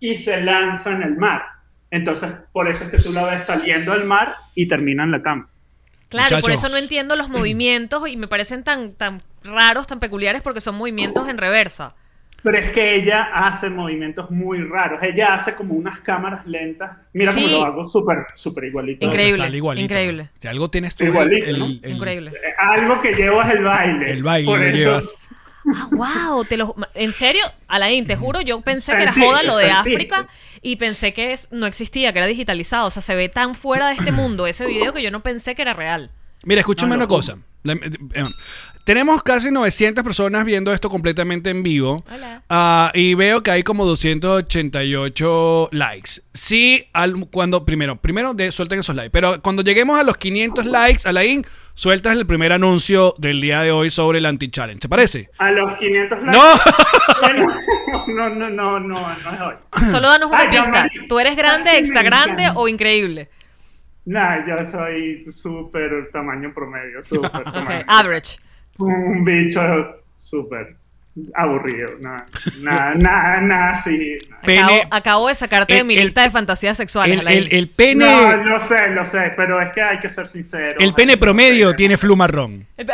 y se lanza en el mar. Entonces, por eso es que tú la ves saliendo al mar y termina en la cama. claro, y por Muchachos. eso no entiendo los movimientos y me parecen tan, tan raros, tan peculiares porque son movimientos en reversa. Pero es que ella hace movimientos muy raros. Ella hace como unas cámaras lentas. Mira Sí. cómo lo hago súper, súper igualito. No, te Increíble, sale igualito. increíble. Si algo tienes tú. el- Igualito, el- ¿no? el- Increíble. Eh, Algo que llevo es el baile. El baile Por lo eso- llevas. Ah, wow, te lo, ma- en serio, Alain, te juro, yo pensé que era Sentiste, joda lo de sentiste. África y pensé que es- no existía, que era digitalizado, o sea, se ve tan fuera de este mundo ese video que yo no pensé que era real. Mira, escúchame No, no. una cosa. La- eh, eh, tenemos casi 900 personas viendo esto completamente en vivo. Hola. Ah, y veo que hay como 288 likes. Sí, al- cuando primero, primero de- suelten esos likes. Pero cuando lleguemos a los 500 likes, Alain, sueltas el primer anuncio del día de hoy sobre el anti-challenge. ¿Te parece? A los 500 likes. ¡No! Bueno, no, no, no, no, no es hoy. Solo danos una Ay, ya, pista. Mari. ¿Tú eres grande, Ay, extra me grande encanta. o increíble? Nah, yo soy súper tamaño promedio, súper Ok, tamaño. average. Un bicho súper aburrido, nada, nada, nada, nada así. Acabo, Pene- acabo de sacarte de el- mi el- lista de fantasías sexuales. El, Alain. el- el pene, No, lo sé, lo sé, pero es que hay que ser sincero. el pene promedio tiene flu marrón. El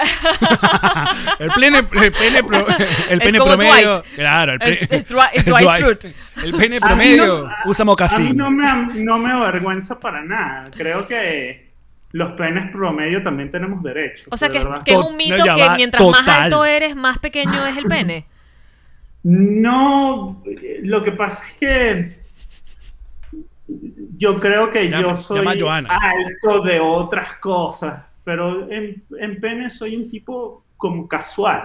pene, el pene, pro- el Es pene como promedio. Dwight. Claro, el pene, Es- es Dwi- es Dwight Schrute. El pene A mí promedio no- usa A mí mocasín. no me, no me avergüenza para nada. Creo que los penes promedio también tenemos derecho. o sea, de que, es- verdad. que es To- un mito ya que va, mientras más total. alto eres, más pequeño es el pene. No, eh, lo que pasa es que yo creo que Llama- yo soy llama a Johanna. alto de otras cosas, pero en, en pene soy un tipo como casual.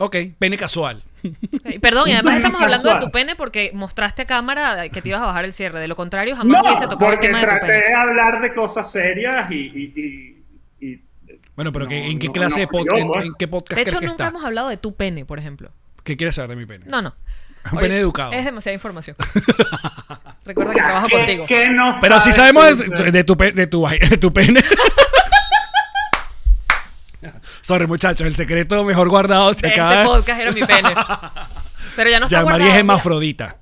Ok, pene casual. Ok, Perdón, y además pene estamos hablando de casual. tu pene porque mostraste a cámara que te ibas a bajar el cierre. De lo contrario, jamás No, hubiese tocado el porque tema de tu traté pene. de hablar de cosas serias y... y- y- y- Bueno, pero ¿qué- No, ¿en qué no, clase no, de pod- yo, en- pues. en qué podcast De hecho, crees que nunca está? hemos hablado de tu pene, por ejemplo. ¿Qué quieres saber de mi pene? No, no. Un pene Oye, educado. Es demasiada información. Recuerda que Ya, trabajo ¿qué- contigo. qué no Pero si sabes sabemos tú de, de tu, pe- de, tu, vag- de tu pene. Sorry, muchachos, el secreto mejor guardado se Este acaba. podcast era mi pene. Pero ya no está Ya María es guardado. hemafrodita.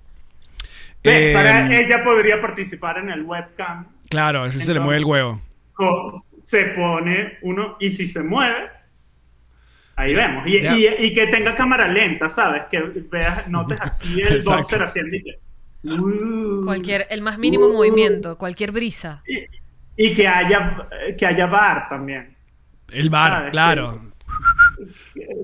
Ve, Eh, para- ella podría participar en el webcam. Claro, ese se le Entonces- mueve el huevo. co- Se pone uno y si se mueve, ahí vemos. Y, Ya. y- y que tenga cámara lenta, ¿sabes? Que veas, notes así el Exacto. boxer haciendo y que- Uh, Cualquier, el más mínimo uh, movimiento, cualquier brisa. Y, y que haya que haya bar también. El bar, Ah, es claro.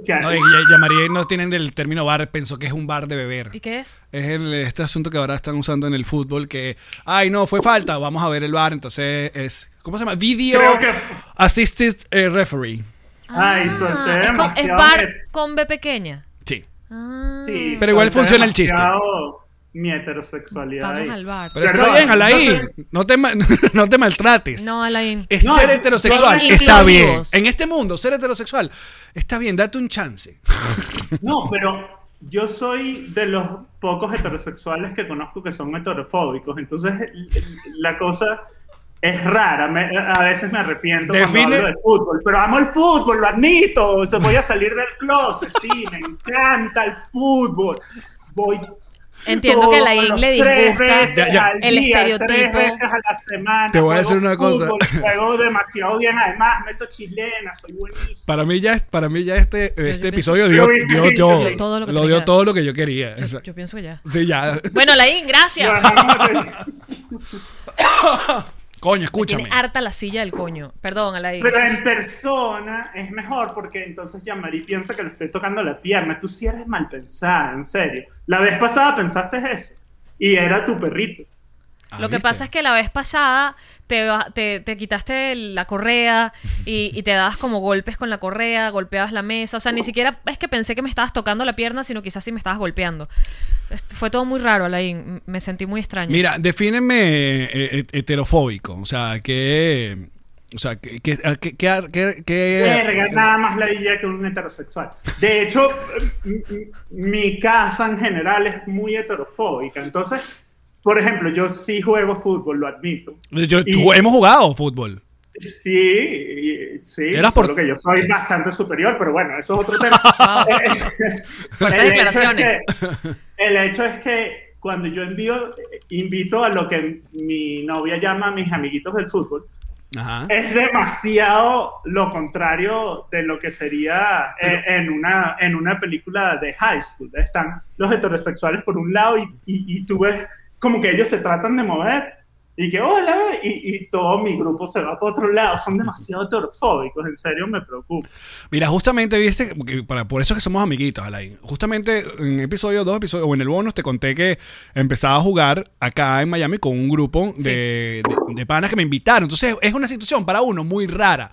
Que No, y, y- y a María no tienen del término bar, pensó que es un bar de beber. ¿Y qué es? Es el, este asunto que ahora están usando en el fútbol que, ay no, fue falta, vamos a ver el bar, entonces es, ¿cómo se llama? Video Creo que- Assisted eh, Referee. Ay, Ah, solté es, con- es demasiado bar de- con B pequeña. Sí. Ah, sí, Pero igual solté funciona el chiste. demasiado Mi heterosexualidad. vamos ahí. al bar. Pero está Perdón, bien, Alain, entonces- no te, ma- no te maltrates. No, Alain. Es No, ser no, heterosexual, no, no, está inclusivos. bien. En este mundo, ser heterosexual, está bien, date un chance. No, pero yo soy de los pocos heterosexuales que conozco que son heterofóbicos. Entonces, l- la cosa es rara. Me- a veces me arrepiento Define- cuando hablo del fútbol. Pero amo el fútbol, lo admito. O sea, voy a salir del closet. Sí, me encanta el fútbol. Voy. Entiendo todos que a Laín los le tres disgusta veces Ya, ya. al el día, Tres estereotipo. veces a la semana. Te voy a juego decir una cosa. fútbol, Juego demasiado bien. Además, meto chilena, soy buenísimo. Para mí ya, para mí ya este, este yo- episodio dio, Yo vi- dio todo. Dio todo lo que lo tenía. dio todo lo que yo quería. Yo, Esa- yo pienso que ya. Sí, ya. Bueno, Alain, gracias. Coño, Me escúchame. Tiene harta la silla del coño. Perdón, Alain. Pero eh, en persona es mejor porque entonces Yamari piensa que le estoy tocando la pierna. Tú sí eres mal pensada, en serio. La vez pasada pensaste eso y era tu perrito. Ah, Lo que ¿viste? pasa es que la vez pasada te, ba- te, te quitaste la correa y, y te dabas como golpes con la correa, golpeabas la mesa. O sea, ni siquiera es que pensé que me estabas tocando la pierna, sino quizás sí me estabas golpeando. Es- Fue todo muy raro, Alain. M- Me sentí muy extraño. Mira, defíneme eh, eh, heterofóbico. O sea, que. O sea, que. que, a- que, que- que- que- Verga, nada más la idea que un heterosexual. De hecho, m- m- mi casa en general es muy heterofóbica. Entonces, por ejemplo, yo sí juego fútbol, lo admito. Yo- Y- ju- hemos jugado fútbol. Sí, y- sí, Eras por- Ah. solo que yo soy bastante superior, pero bueno, eso es otro tema. Eh, Fuertes El hecho declaraciones. es que- el hecho es que cuando yo envío, invito a lo que mi novia llama mis amiguitos del fútbol, Ajá. es demasiado lo contrario de lo que sería eh, en, una, en una película de high school. Están los heterosexuales por un lado y, y- y tú ves como que ellos se tratan de mover y que hola, y, y todo mi grupo se va para otro lado. Son demasiado heterofóbicos, en serio me preocupa. Mira, justamente, viste, que para, por eso es que somos amiguitos, Alain. Justamente en episodio, dos episodios, o en el bonus, te conté que empezaba a jugar acá en Miami con un grupo de, de- de panas que me invitaron. Entonces, es una situación para uno muy rara.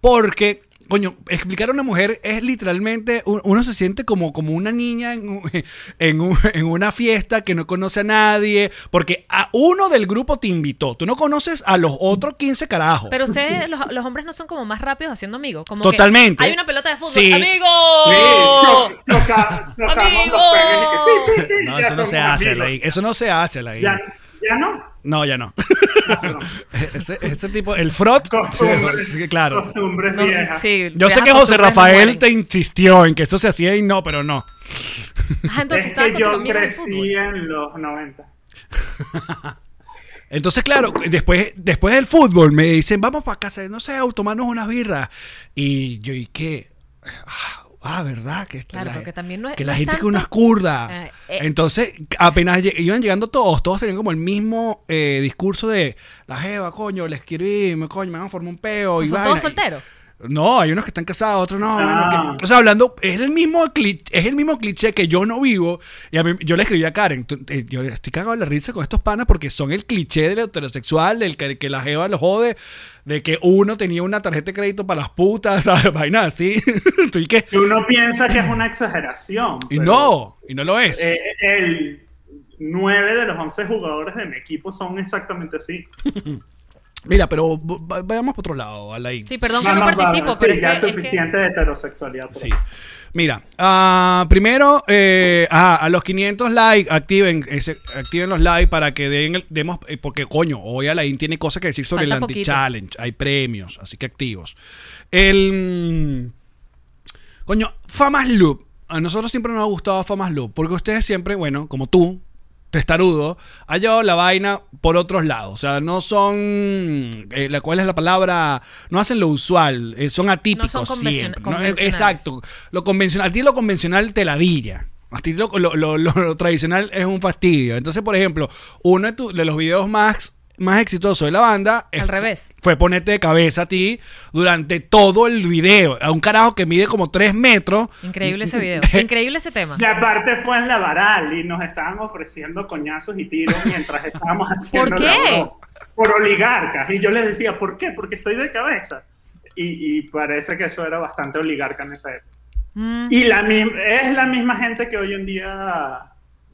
Porque, coño, explicar a una mujer es literalmente, un- uno se siente como, como una niña en, un- en, un- en una fiesta que no conoce a nadie. Porque a uno del grupo te invitó. Tú no conoces a los otros 15 carajos. Pero ustedes, los, los hombres, no son como más rápidos haciendo amigos. Como que Totalmente. hay una pelota de fútbol. Sí. ¡Amigo! Sí, cho- choca- chocamos Amigo. los penes y que, pi, pi, pi, No, ya eso no somos se hace, amigos. Alain. Eso no se hace, Alain. Ya, ya no. No, ya no. Ese, ese tipo, el frot. Costumbres. sí, claro. Costumbres No, viejas. sí, Yo sé viejas que José costumbres no Rafael mueren. te insistió en que esto se hacía y no, pero no. Ah, entonces es estaba que con tus yo amigos del fútbol. crecí en los 90. Entonces, claro, después, después del fútbol me dicen, vamos para casa, no sé, a tomarnos unas birras. Y yo, ¿y qué? Ah, ah, ¿verdad? Que, esta- Claro, la, porque también no es- que no la es gente que tanto- uno es kurda. Ah, eh. Entonces, apenas lle- iban llegando todos, todos tenían como el mismo eh, discurso de, la jeva, coño, le escribí, me- coño, me van a formar un peo. y Pues Son vaina". todos solteros. No, hay unos que están casados, otros no. Ah. bueno, que- o sea, hablando, es el mismo cli- es el mismo cliché que yo no vivo. Y a mí- yo le escribí a Karen, tú- eh, yo estoy cagado en la risa con estos panas porque son el cliché del heterosexual, del que, que la jeva lo jode, de que uno tenía una tarjeta de crédito para las putas, ¿sabes? Vaina así. estoy que, Que uno piensa que es una exageración. y pero, no, y no lo es. eh, el 9 de los 11 jugadores de mi equipo son exactamente así. Mira, pero v- va- vayamos por otro lado, Alain. Sí, perdón que No, no, no, participo, no, sí, pero es ya que- es es que, suficiente de heterosexualidad. por Sí. ahí. Mira, ah, primero, eh, ah, a los 500 likes, activen, ese- activen los likes para que den el- demos, eh, porque coño, hoy Alain tiene cosas que decir sobre Falta el poquito. anti-challenge, hay premios, así que activos. El... mm, Coño, Famas Loop. A nosotros siempre nos ha gustado Famas Loop, porque ustedes siempre, bueno, como tú, testarudo, ha llevado la vaina por otros lados. O sea, no son, eh, la, ¿cuál es la palabra? No hacen lo usual, eh, son atípicos convencion- siempre. No, eh, convencionales. Exacto, lo convencional, a ti lo convencional te ladilla. A ti lo, lo- lo- lo- lo tradicional es un fastidio. Entonces, por ejemplo, uno de, tu- de los videos más, más exitosos de la banda Al es- revés. fue ponerte de cabeza a ti durante todo el video. A un carajo que mide como 3 metros. Increíble ese video. Increíble ese tema. Y aparte fue en la varal y nos estaban ofreciendo coñazos y tiros mientras estábamos haciendo ¿Por la qué? broma. Por oligarcas. Y yo les decía, ¿por qué? Porque estoy de cabeza. Y, y parece que eso era bastante oligarca en esa época. Mm, Y la mi- es la misma gente que hoy en día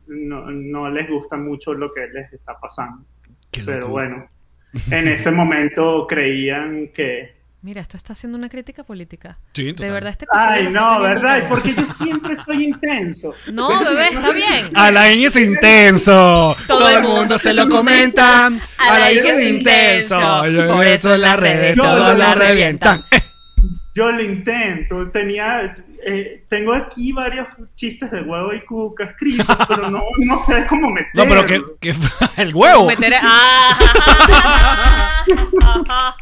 no, no les gusta mucho lo que les está pasando. Qué Pero locura. bueno, en ese momento creían que... mira, esto está haciendo una crítica política. Sí, de total. verdad este episodio Ay, lo está no, teniendo ¿verdad? todo. Porque yo siempre soy intenso. No, bebé, está bien. Alain es intenso. Todo, el mundo se lo comenta. Alain es intenso. Por eso las redes Yo todos lo la revientan. revientan. Eh, Yo lo intento, tenía, eh, tengo aquí varios chistes de huevo y cuca escritos, pero no, no sé cómo meterlo. No, pero que, que el huevo. Meter- Ah, ajá.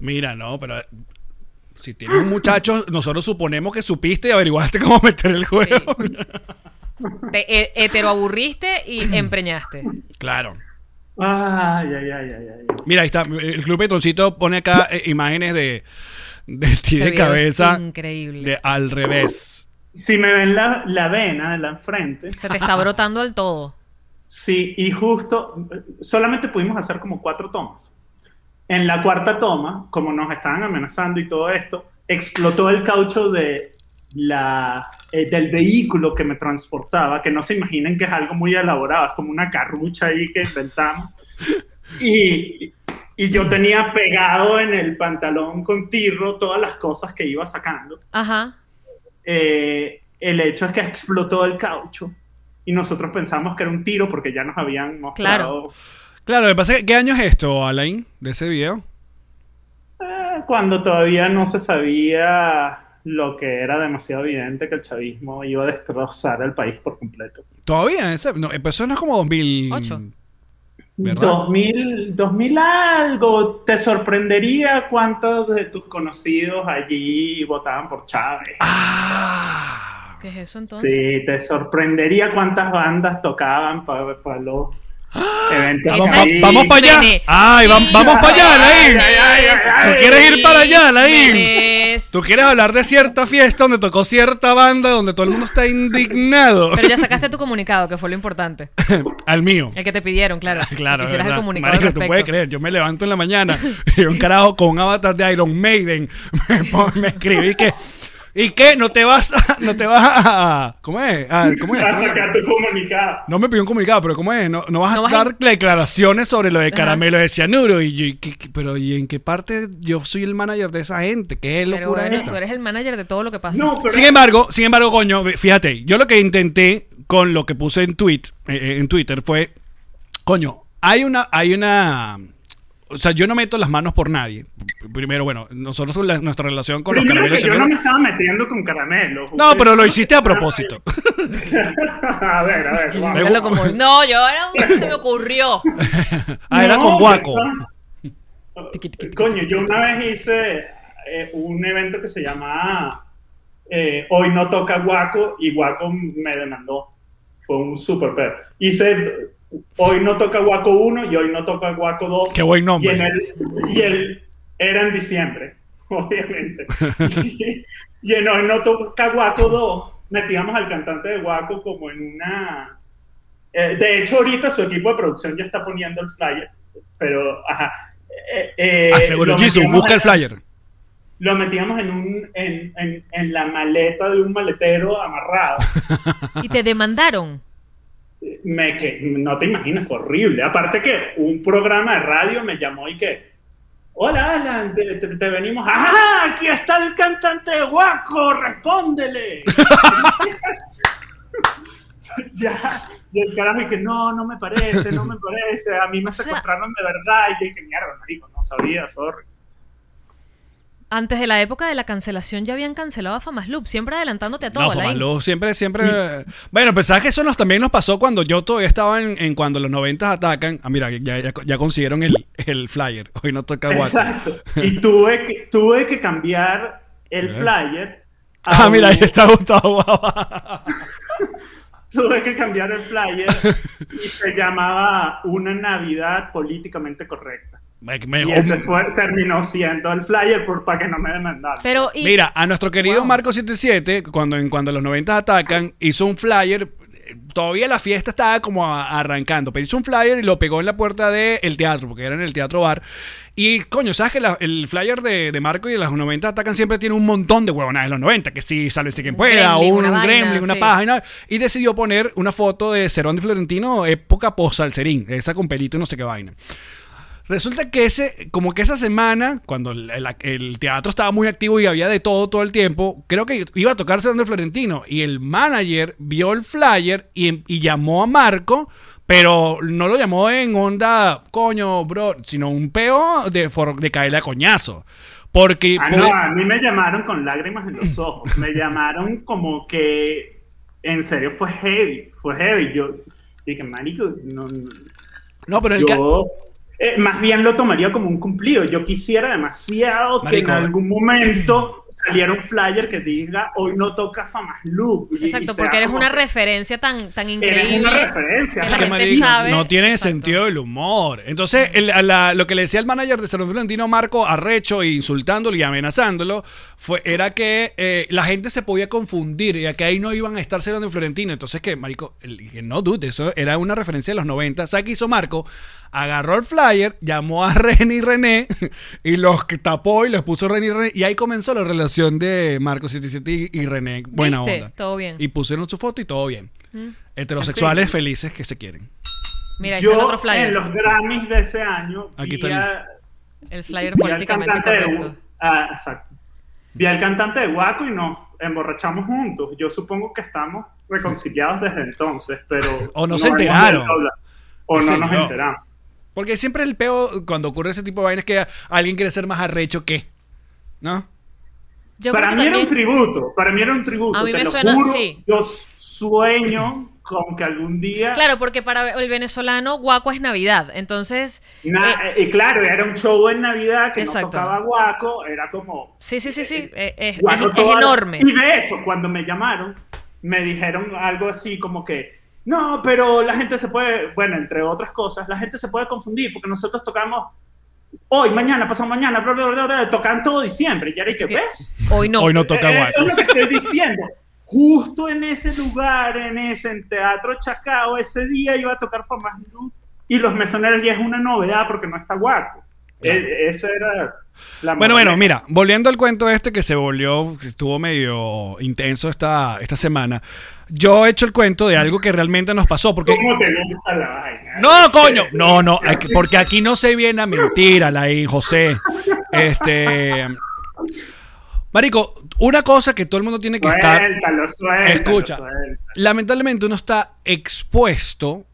Mira, no, pero eh, si tienes un muchacho, nosotros suponemos que supiste y averiguaste cómo meter el juego. Te he- heteroaburriste y empreñaste. Claro. Ay, ay, ay, ay, ay. Mira, ahí está. El Club Petroncito pone acá eh, imágenes de, de ti Ese de video cabeza es increíble. de al revés. Si me ven la, la vena de la enfrente, Se te está brotando al todo. sí, y justo, solamente pudimos hacer como cuatro tomas. En la cuarta toma, como nos estaban amenazando y todo esto, explotó el caucho de la, eh, del vehículo que me transportaba, que no se imaginen que es algo muy elaborado, es como una carrucha ahí que inventamos. Y, y yo tenía pegado en el pantalón con tirro todas las cosas que iba sacando. Ajá. Eh, el hecho es que explotó el caucho y nosotros pensamos que era un tiro porque ya nos habían mostrado Claro, me pasa que, ¿qué año es esto, Alain, de ese video? eh, cuando todavía no se sabía lo que era demasiado evidente que el chavismo iba a destrozar el país por completo. Todavía, ese, no, empezó no es como 2000. Ocho. ¿Verdad? 2000, 2000 algo, te sorprendería cuántos de tus conocidos allí votaban por Chávez. Ah, ¿Qué es eso entonces? Sí, te sorprendería cuántas bandas tocaban para los eventos. vamos Esa- pa- allí. vamos pa' allá. Cine. Ay, va- vamos pa' allá, Alain. Ay, ay, ay, ay, ¿Tú quieres ir para allá, Alain? Chismes. Tú quieres hablar de cierta fiesta donde tocó cierta banda donde todo el mundo está indignado. Pero ya sacaste tu comunicado, que fue lo importante. Al mío. El que te pidieron, claro. Ah, Claro, Que Hicieras el ¿verdad? comunicado Marico, al tú respecto. puedes creer, yo me levanto en la mañana y un carajo con un avatar de Iron Maiden me, pon- me escribí que ¿Y qué? ¿No te vas a, no te vas a ¿Cómo es? A- ¿cómo es? Vas a sacar tu comunicado. No me pidió un comunicado, pero ¿cómo es? No, no vas a No vas a- dar declaraciones sobre lo de caramelo de cianuro. Y yo, ¿y qué- qué- pero ¿y en qué parte yo soy el manager de esa gente? ¿Qué Pero locura es bueno, esta? tú eres el manager de todo lo que pasa. No, pero Sin embargo, sin embargo, coño, fíjate, yo lo que intenté con lo que puse en tweet, eh, eh, en Twitter fue, coño, Hay una, hay una. O sea, yo no meto las manos por nadie. Primero, bueno, nosotros la- nuestra relación con los Primero caramelos. que yo no señor- me estaba metiendo con caramelos. No, Ustedes- pero lo hiciste a propósito. a ver, a ver. vamos. Míralo como, no, yo era un- se me ocurrió. Ah, era No, con Guaco. está- Coño, yo una vez hice eh, un evento que se llamaba eh, Hoy no toca Guaco y Guaco me demandó. Fue un super pedo. Hice Hoy no toca Guaco 1 y Hoy no toca Guaco 2. Qué buen nombre. Y, en el, y el- era en diciembre, obviamente. y, y en Hoy no toca Guaco 2 metíamos al cantante de Guaco como en una... Eh, de hecho, ahorita su equipo de producción ya está poniendo el flyer, pero ajá. Eh, eh, Ah, seguro, lo Jesus, metíamos busca en- el flyer. Lo metíamos en, un, en, en, en la maleta de un maletero amarrado. Y te demandaron. me, que, no te imaginas, fue horrible. Aparte que un programa de radio me llamó y que, hola Alan, te, te- te venimos. ¡Ajá! Aquí está el cantante de Guaco, respóndele. ya, y el carajo y que no, no me parece, no me parece. A mí me sea- secuestraron de verdad y yo que mierda, marico, no sabía, sorry. Antes de la época de la cancelación ya habían cancelado a Famas Loop, siempre adelantándote a todo. No, Alain. Fomalú, siempre, siempre. Bueno, pensaba que eso nos, también nos pasó cuando yo todavía estaba en, en cuando los 90 atacan. Ah, mira, ya, ya, ya consiguieron el, el flyer. Hoy no toca Guaco. Exacto. Y tuve que, tuve que cambiar el flyer. a Ah, mira, ahí un- está Gustavo Guava. Tuve que cambiar el flyer y se llamaba Una Navidad Políticamente Correcta. Me- me- Y ese fue, terminó siendo el flyer por, para que no me demandaran. Pero, y, Mira, a nuestro querido Wow. Marco77, cuando en cuando los 90 atacan, hizo un flyer. eh, Todavía la fiesta estaba como a- arrancando, pero hizo un flyer y lo pegó en la puerta del teatro, porque era en el teatro bar. Y coño, sabes que la- el flyer de, de Marco y de los 90 atacan siempre tiene un montón de huevonadas de los 90, que sí, sale si quien Un pueda, gremlin, o un, una un vaina, gremlin, una sí. página. Y decidió poner una foto de Cerón y Florentino, época post-salserín, esa con pelito y no sé qué vaina. Resulta que ese, como que esa semana, cuando el, el- el teatro estaba muy activo y había de todo todo el tiempo, creo que iba a tocarse donde Florentino. Y el manager vio el flyer y, em, y llamó a Marco, pero no lo llamó en onda, coño, bro, sino un peo de, for- de caerle a coñazo. Porque. Ah, por- no, a mí me llamaron con lágrimas en los ojos. Me llamaron como que. En serio, fue heavy. Fue heavy. Yo dije, marico, no. no". no, pero el, ca- Yo. eh, más bien lo tomaría como un cumplido. Yo quisiera demasiado Marico. que en algún momento saliera un flyer que diga hoy no toca Famas Loop. y- y exacto, sea porque eres como una que- referencia tan, tan Eres increíble. una referencia. que Es la que, gente marico, sabe- no tiene Exacto. sentido el humor. Entonces, el- a la- lo que le decía el manager de Salón Florentino Marco, arrecho, e insultándolo y amenazándolo, fue, era que eh, la gente se podía confundir y a que ahí no iban a estar Salón Florentino. Entonces, que, marico, el- que no dude, eso era una referencia de los 90. ¿Sabes qué hizo Marco? Agarró el flyer, llamó a René y René y los que tapó y los puso René y René. Y ahí comenzó la relación de Marco 77 y- y René. Buena ¿Viste? onda. Todo bien. Y pusieron su foto y todo bien. Heterosexuales felices que se quieren. Mira, ahí Yo está el otro flyer. en los Grammys de ese año Aquí vi, está el- a- El flyer vi al políticamente cantante de correcto. ah, exacto. Vi al cantante de Guaco y nos emborrachamos juntos. Yo supongo que estamos reconciliados desde entonces, pero O no no se hemos enteraron. vuelto a hablar. O Sí, no nos no. enteramos. Porque siempre el peo cuando ocurre ese tipo de vainas es que alguien quiere ser más arrecho que. ¿No? Yo para mí creo que era un también- tributo, para mí era un tributo. A mí te me lo suena- juro, sí. Yo sueño con que algún día Claro, porque para el venezolano, guaco es Navidad. Entonces, eh, Na- y claro, era un show en Navidad que Exacto. no tocaba guaco, era como... Sí, sí, sí, sí. eh, es, guaco es- es toda la- enorme. Y de hecho, cuando me llamaron, me dijeron algo así como que, no, pero la gente se puede, bueno, entre otras cosas, la gente se puede confundir porque nosotros tocamos hoy, mañana, pasado mañana, bla, bla, bla, bla, tocan todo diciembre. Y ahora hay que, Que- ¿ves? Eh, Hoy no. Hoy no toca Eso es guaco. lo que estoy diciendo. Justo en ese lugar, en ese en Teatro Chacao, ese día iba a tocar Famas Luz y Los Mesoneros ya es una novedad porque no está guaco. E- esa era la Bueno, bueno, moraleja. mira, volviendo al cuento este que se volvió, que estuvo medio intenso esta, esta semana. Yo he hecho el cuento de algo que realmente nos pasó. Porque. ¿Cómo te gusta la vaina? No, coño. No, no, aquí- porque aquí no se viene a mentir a la José. Este. Marico, una cosa que todo el mundo tiene que estar. Suéltalo, suéltalo, Escucha, suéltalo. lamentablemente uno está expuesto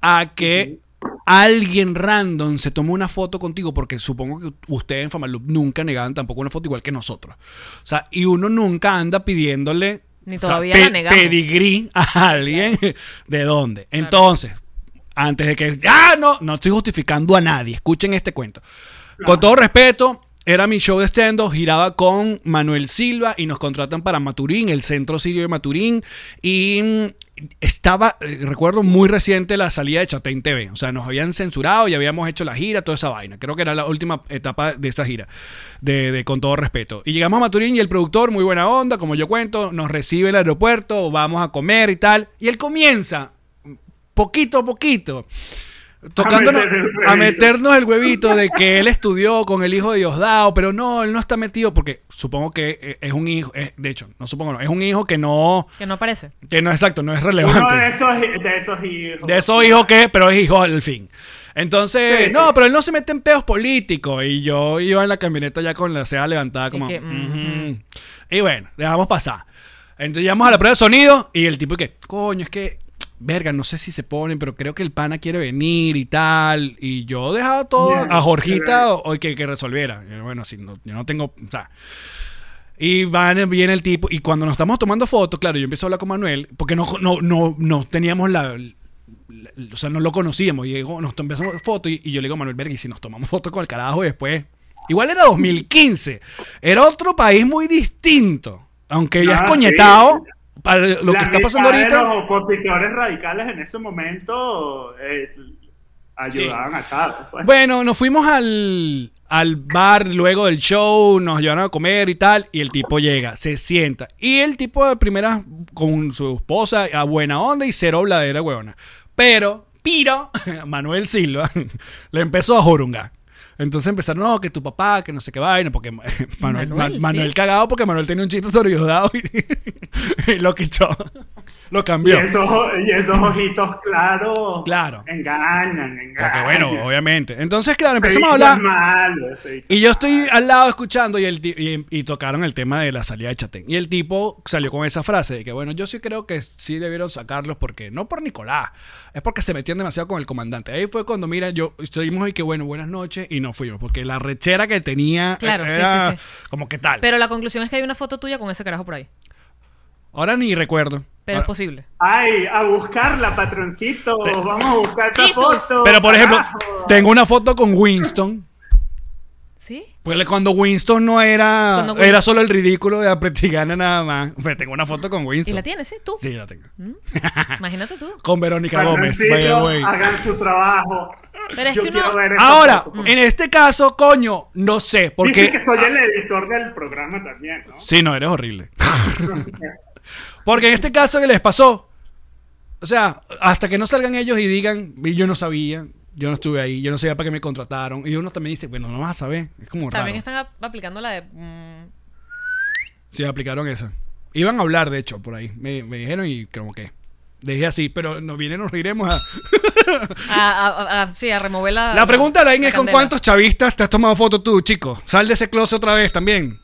a que alguien random se tomó una foto contigo, porque supongo que ustedes en Famalup nunca negaban tampoco una foto igual que nosotros. O sea, y uno nunca anda pidiéndole Ni o sea, todavía la negamos. pedigrí a alguien de dónde. Entonces, antes de que. ¡Ah, no! No estoy justificando a nadie. Escuchen este cuento. Con todo respeto. Era mi show de stand-up, giraba con Manuel Silva y nos contratan para Maturín, el centro sirio de Maturín. Y mm, estaba, eh, recuerdo muy reciente la salida de Chatein TV. O sea, nos habían censurado y habíamos hecho la gira, toda esa vaina. Creo que era la última etapa de esa gira, de, de con todo respeto. Y llegamos a Maturín y el productor, muy buena onda, como yo cuento, nos recibe el aeropuerto, vamos a comer y tal. Y él comienza, poquito a poquito, tocándonos, meter el huevito. a meternos el huevito de que él estudió con el hijo de Diosdado, pero no, él no está metido porque supongo que eh, es un hijo, es- de hecho, no supongo, no, es un hijo que no, Que no aparece. que no exacto, no es Uno de relevante. esos, de esos hijos. De esos hijos que, pero es hijo al fin. Entonces, Sí, no, sí. pero él no se mete en peos políticos. Y yo iba en la camioneta ya con la ceja levantada como... que, mm, "Ujú". Y bueno, dejamos pasar. Entonces llegamos a la prueba de sonido y el tipo que, coño, es que, verga, no sé si se ponen, pero creo que el pana quiere venir y tal. Y yo dejaba todo Ya, a Jorgita claro. o, o que, que resolviera. Y Bueno, si no, yo no tengo... o sea, y van, viene el tipo. Y cuando nos estamos tomando fotos, claro, yo empiezo a hablar con Manuel, porque no, no, no, no teníamos la. la- O sea, no lo conocíamos. Y digo, nos empezamos fotos. Y, y yo le digo a Manuel, verga, y si nos tomamos fotos con el carajo y después. Igual era 2015. Era otro país muy distinto. Aunque ya Ah, es sí. coñetado. Para lo La que está pasando mitad ahorita. De los opositores radicales en ese momento eh, ayudaban a Chávez. pues. Bueno, nos fuimos al, al bar luego del show, nos llevaron a comer y tal, y el tipo llega, se sienta. Y el tipo de primera con su esposa, a buena onda y cero bladera, huevona. Pero, Piro, Manuel Silva, le empezó a jorungar. Entonces empezaron, no, que tu papá, que no sé qué vaina, porque Ma- Manuel, Ma- Manuel, Manuel, sí. cagado, porque Manuel tenía un chiste sobre Diosdado y, y lo quitó, lo y, cambió. esos, y esos ojitos claros Claro. engañan, Porque engañan. bueno, obviamente. Entonces, claro, empezamos a Evitan hablar. malos, evitan Y yo estoy al lado escuchando y, el ti- y, y tocaron el tema de la salida de Chatén. Y el tipo salió con esa frase de que, bueno, yo sí creo que sí debieron sacarlos porque, no por Nicolás, es porque se metían demasiado con el comandante. Ahí fue cuando, mira, yo estuvimos y que, bueno, buenas noches y no fuimos porque la rechera que tenía Claro, sí, era sí, como que tal. Pero la conclusión es que hay una foto tuya con ese carajo por ahí. Ahora ni recuerdo. Pero pues- es Ahora- posible. Ay, a buscarla, patroncito. Vamos a buscar esa Jesus. foto. Pero, por ejemplo, carajo. tengo una foto con Winston. ¿Sí? Pues cuando Winston no era, Cuando Winston- era solo el ridículo de Apretigana nada más. Pues tengo una foto con Winston. ¿Y la tienes, sí? ¿Tú? Sí, la tengo. Imagínate tú. Con Verónica Gómez, Patroncito, by the way. Hagan su trabajo. Pero es Yo que uno- quiero ver esa Ahora, foto. en este caso, coño, no sé, Dice porque... Ah. que soy el editor del programa también, ¿no? Sí, no, eres horrible. porque en este caso que les pasó, o sea, hasta que no salgan ellos y digan, "Y yo no sabía, yo no estuve ahí, yo no sabía para qué me contrataron, y uno también dice, bueno, no vas a saber, es como raro. También están ap- aplicando la de... mm, Sí, aplicaron eso. Iban a hablar, de hecho, por ahí, me, me dijeron y como que... Dejé así, pero nos vienen, nos riremos a... a, a- a- a- sí, a remover la... La pregunta, Alain, es con candela. cuántos chavistas te has tomado foto tú, chico. Sal de ese closet otra vez también.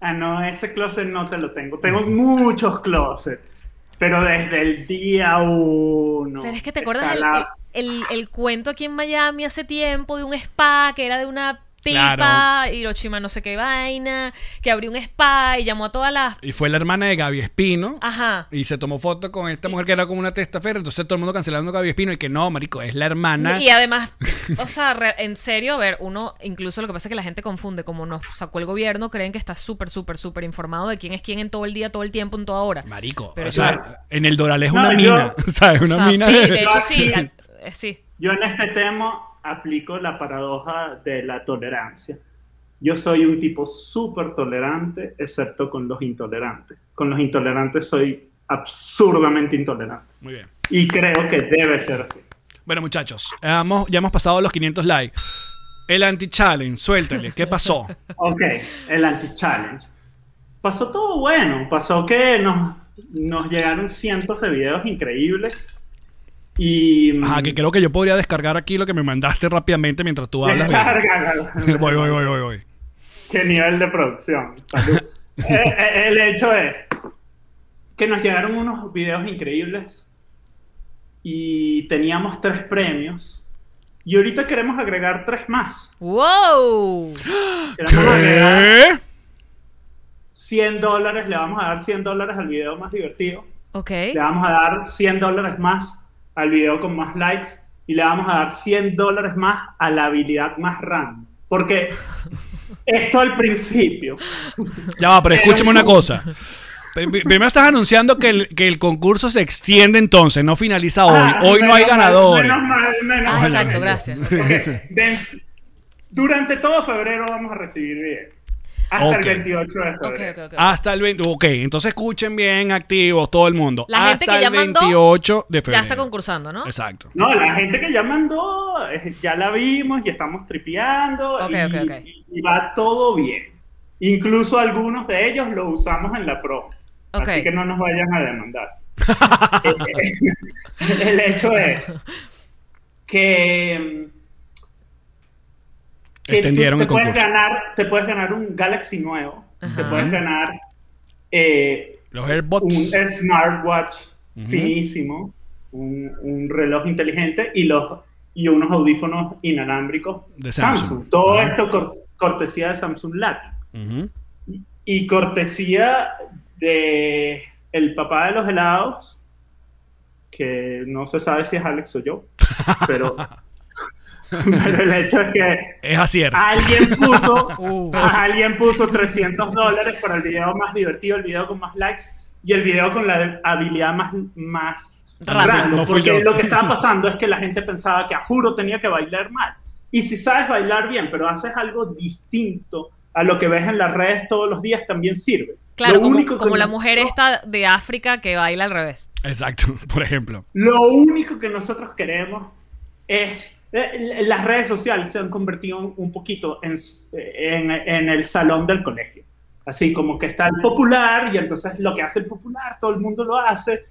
Ah, no, ese closet no te lo tengo. Tengo muchos closets. Pero desde el día uno. Pero es que te acuerdas eh, Está el, la- el- el- el cuento aquí en Miami hace tiempo de un spa que era de una tipa, Claro. Hiroshima no sé qué vaina, que abrió un spa y llamó a todas las... Y fue la hermana de Gaby Espino. Ajá. Y se tomó foto con esta mujer que era como una testaferra. Entonces todo el mundo cancelando a Gaby Espino. Y que no, marico, es la hermana. Y además, o sea, re- en serio, a ver, uno, incluso lo que pasa es que la gente confunde, como nos sacó el gobierno, creen que está súper, súper, súper informado de quién es quién en todo el día, todo el tiempo, en toda hora. Marico. Pero o sea, claro. en el Doral es No, una yo- mina. ¿Sabes? Una O sea, mina. sí, de- de hecho sí, al- eh, sí. Yo en este tema aplico la paradoja de la tolerancia. Yo soy un tipo súper tolerante, excepto con los intolerantes. Con los intolerantes soy absurdamente intolerante. Muy bien. Y creo que debe ser así. Bueno, muchachos. hemos- ya hemos pasado los 500 likes. El anti-challenge, suéltale. ¿Qué pasó? Ok, el anti-challenge. Pasó todo bueno, pasó que nos, nos llegaron cientos de videos increíbles y... mm, Ajá, que creo que yo podría descargar aquí lo que me mandaste rápidamente mientras tú hablas. de- Descarga. voy, voy, voy, voy, voy. Qué nivel de producción. Salud. Eh, eh, el hecho es que nos llegaron unos videos increíbles y teníamos tres premios. Y ahorita queremos agregar tres más. ¡Wow! Queremos agregar 100 dólares, le vamos a dar 100 dólares al video más divertido. Ok. Le vamos a dar 100 dólares más al video con más likes. Y le vamos a dar 100 dólares más a la habilidad más random. Porque esto al principio. Ya va, pero escúchame una cosa. Pri- pri- Primero estás anunciando que el, que el concurso se extiende entonces, no finaliza hoy. Ah, hoy no hay menos mal, ganadores. Menos mal, menos Ah, mal. exacto, gracias. Ok, ven- durante todo febrero vamos a recibir bien. Hasta Ok. el 28 de febrero. Ok, ok, ok. Hasta el 20. Ok, entonces escuchen bien, activos, todo el mundo. La gente Hasta que ya el mandó, 28 de febrero. ya está concursando, ¿no? Exacto. No, la gente que ya mandó, eh, ya la vimos y estamos tripeando Ok, y, ok, ok. y va todo bien. Incluso algunos de ellos lo usamos en la pro. Ok. Así que no nos vayan a demandar. Eh, eh, el hecho es que, que tú Extendieron te el puedes concurso. ganar, te puedes ganar un Galaxy nuevo, te Ajá. puedes ganar eh, Los AirBots. un smartwatch Ujú. finísimo, un, un reloj inteligente y los y unos audífonos inalámbricos De de Samsung. Samsung. Todo Ajá. esto cor- cortesía de Samsung Latin Ujú. y cortesía de el papá de los helados, que no se sabe si es Alex o yo, pero, pero el hecho es que Es acierto. Ah. alguien puso, Uh. alguien puso 300 dólares para el video más divertido, el video con más likes y el video con la habilidad más, más Random. random, Ah, No fui porque yo. lo que estaba pasando es que la gente pensaba que a juro tenía que bailar mal. Y si sabes bailar bien, pero haces algo distinto a lo que ves en las redes todos los días, también sirve. Claro, Lo como, único que como la nos- mujer esta de África que baila al revés. Exacto, por ejemplo. Lo único que nosotros queremos es... eh, Las redes sociales se han convertido un- un poquito en, s- en- en el salón del colegio. Así como que está el popular y entonces lo que hace el popular, todo el mundo lo hace.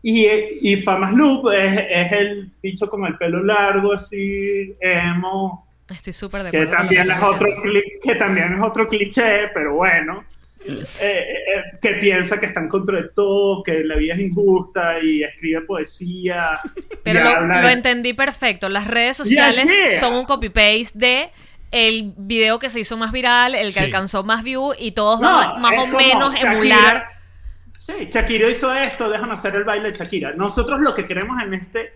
Y, y Famas Loop es, es el bicho con el pelo largo, así, emo, Estoy súper de que acuerdo. con lo también, es estás otro, diciendo. cli- que también es otro cliché, pero bueno, Eh, eh, que piensa que están contra de todo, que la vida es injusta y escribe poesía. Pero y lo, habla de- lo entendí perfecto. Las redes sociales yeah. son un copy-paste de el video que se hizo más viral, el que Sí. alcanzó más view y todos No, van a- más es o como menos Shakira. emular. Sí, Shakira hizo esto, déjame hacer el baile de Shakira. Nosotros lo que queremos en este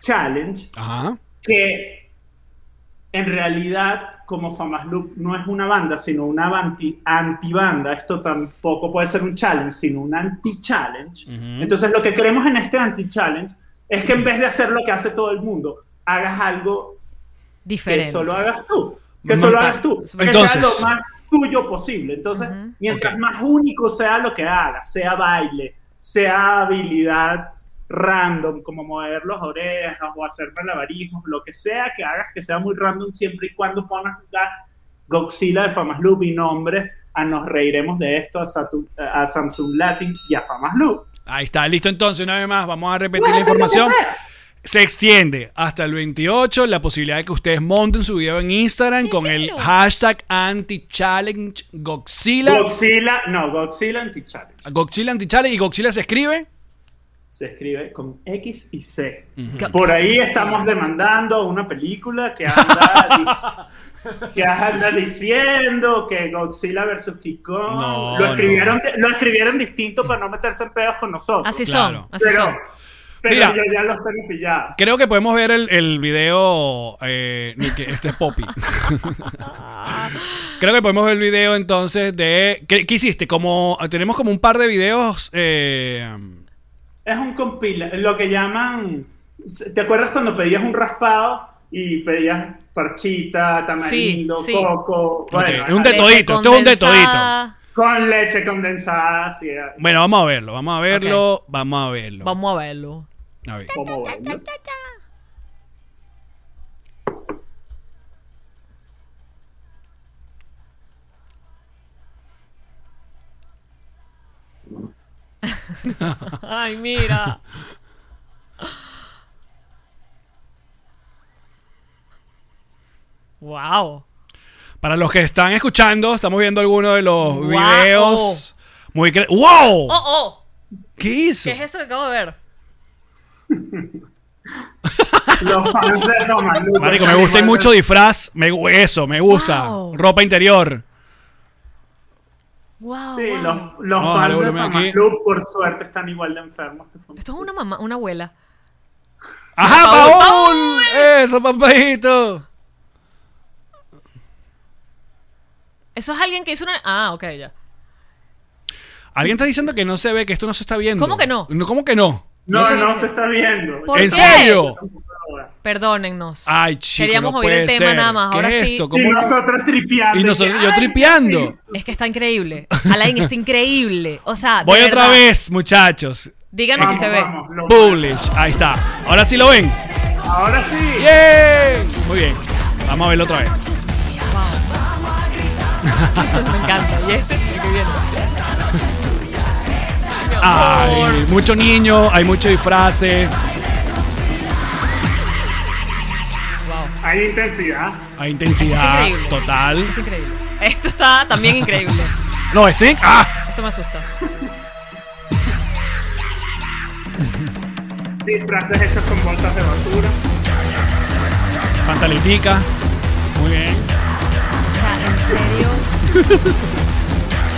challenge, Ajá. que en realidad como Famas Loop no es una banda, sino una anti- antibanda, esto tampoco puede ser un challenge, sino un anti-challenge. Ujú. Entonces, lo que queremos en este anti-challenge es que en vez de hacer lo que hace todo el mundo, hagas algo Diferente. que solo hagas tú. Que Monta- solo hagas tú. Que Entonces. sea lo más tuyo posible. Entonces, Ujú. mientras Ok. más único sea lo que hagas, sea baile, sea habilidad random, como mover las orejas o hacer malabarismos, lo que sea que hagas, que sea muy random siempre y cuando pongas la Godzilla de Famas Loop y nombres a Nos Reiremos de Esto, a, Satu- a Samsung Latin y a Famas Loop. Ahí está, listo entonces, una vez más, vamos a repetir Vas la a hacer lo que información. sea. Se extiende hasta el 28 la posibilidad de que ustedes monten su video en Instagram con el hashtag anti-challenge-goxila. Godzilla, no, Godzilla Anti-Challenge. Goxila anti-challenge y Goxila se escribe. Se escribe con X y C. Godzilla. Por ahí estamos demandando una película que anda, dic- que anda diciendo que Godzilla vs. King Kong. No, lo, escribieron, lo escribieron distinto para no meterse en pedos con nosotros. Así Claro. son, así pero, son. pero Mira. yo ya los tengo pillados. Creo que podemos ver el, el video. eh, que este es Poppy. Creo que podemos ver el video entonces de. ¿Qué, qué hiciste? Como, tenemos como un par de videos. eh, Es un compila, lo que llaman. ¿Te acuerdas cuando pedías un raspado y pedías parchita, tamarindo, Sí, sí. coco? Bueno, ok, Un ajá. de todito, esto es un de condensada. Con leche condensada, sí, Bueno, vamos a verlo, vamos a verlo, vamos a verlo. Vamos a verlo. A ver. como ven, ¿no? Ay, mira. wow. Para los que están escuchando, estamos viendo algunos de los Wow. videos. Muy cre- ¡Wow! Oh, oh. ¿Qué hizo? ¿Qué es eso que acabo de ver? Los fans de Roman Luthor. Marico, me gusta y mucho disfraz. Me, gu- eso, me gusta. Wow. Ropa interior. Wow, Sí, wow. los, los No, dale fans de volumen aquí. Roman Club, por suerte, están igual de enfermos. que Fama Esto es una mamá, una abuela. ¡Ajá, Paul, Paul! Eso, papajito. Eso es alguien que hizo una. Ah, ok, ya. Alguien está diciendo que no se ve, que esto no se está viendo. ¿Cómo que no? ¿Cómo que no? No, no, sé se, qué- está viendo. ¿Por ¿En qué? serio? Perdónennos. Ay, chico, Queríamos no oír el puede tema ser. nada más. ¿Qué Ahora es sí. esto? Y ¿Cómo- nosotros tripeando. Y nosotros, que, yo "Ay, tripeando. Es que está increíble. Alain está increíble. O sea, de Voy otra verdad. vez, muchachos. Díganme Vamos, si se ve. vamos, lo- Publish. Ahí está. Ahora sí lo ven. Ahora sí. ¡Bien! Muy bien. Vamos a verlo otra vez. Me encanta. Y este, muy bien. Ay, mucho niño, hay mucho disfraces, Hay intensidad. hay intensidad Es increíble. total. Es increíble. Esto está también increíble. No, estoy. ¡Ah! Esto me asusta. Disfraces hechos con bolsas de basura. Pantaletica. Muy bien. O sea, en serio.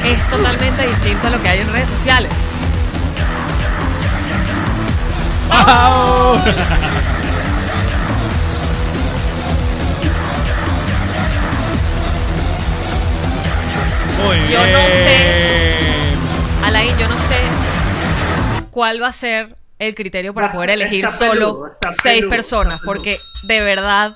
Es totalmente distinto a lo que hay en redes sociales. ¡Au! Muy bien. Yo no sé. Alain, yo no sé cuál va a ser el criterio para Va, poder elegir está solo peludo, está seis peludo, personas, está peludo. porque de verdad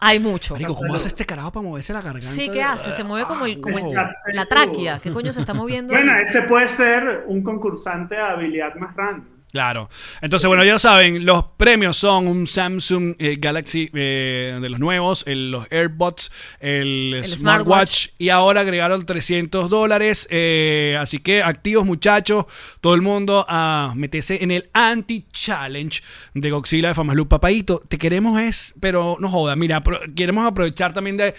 hay mucho. Marico, Ah, ¿cómo hace este carajo para moverse la garganta? Sí, ¿qué hace? Se mueve como, el, como el- Está peludo. la tráquea. ¿Qué coño se está moviendo? ahí? Bueno, ese puede ser un concursante de habilidad más random. Claro. Entonces, bueno, ya lo saben, los premios son un Samsung eh, Galaxy eh, de los nuevos, el- los AirBots, el, smartwatch, smartwatch. y ahora agregaron 300 dólares. eh, así que activos muchachos, todo el mundo a meterse en el anti-challenge de Godzilla de Famaslu. Papaito, te queremos es, pero no joda, mira, pro- queremos aprovechar también de...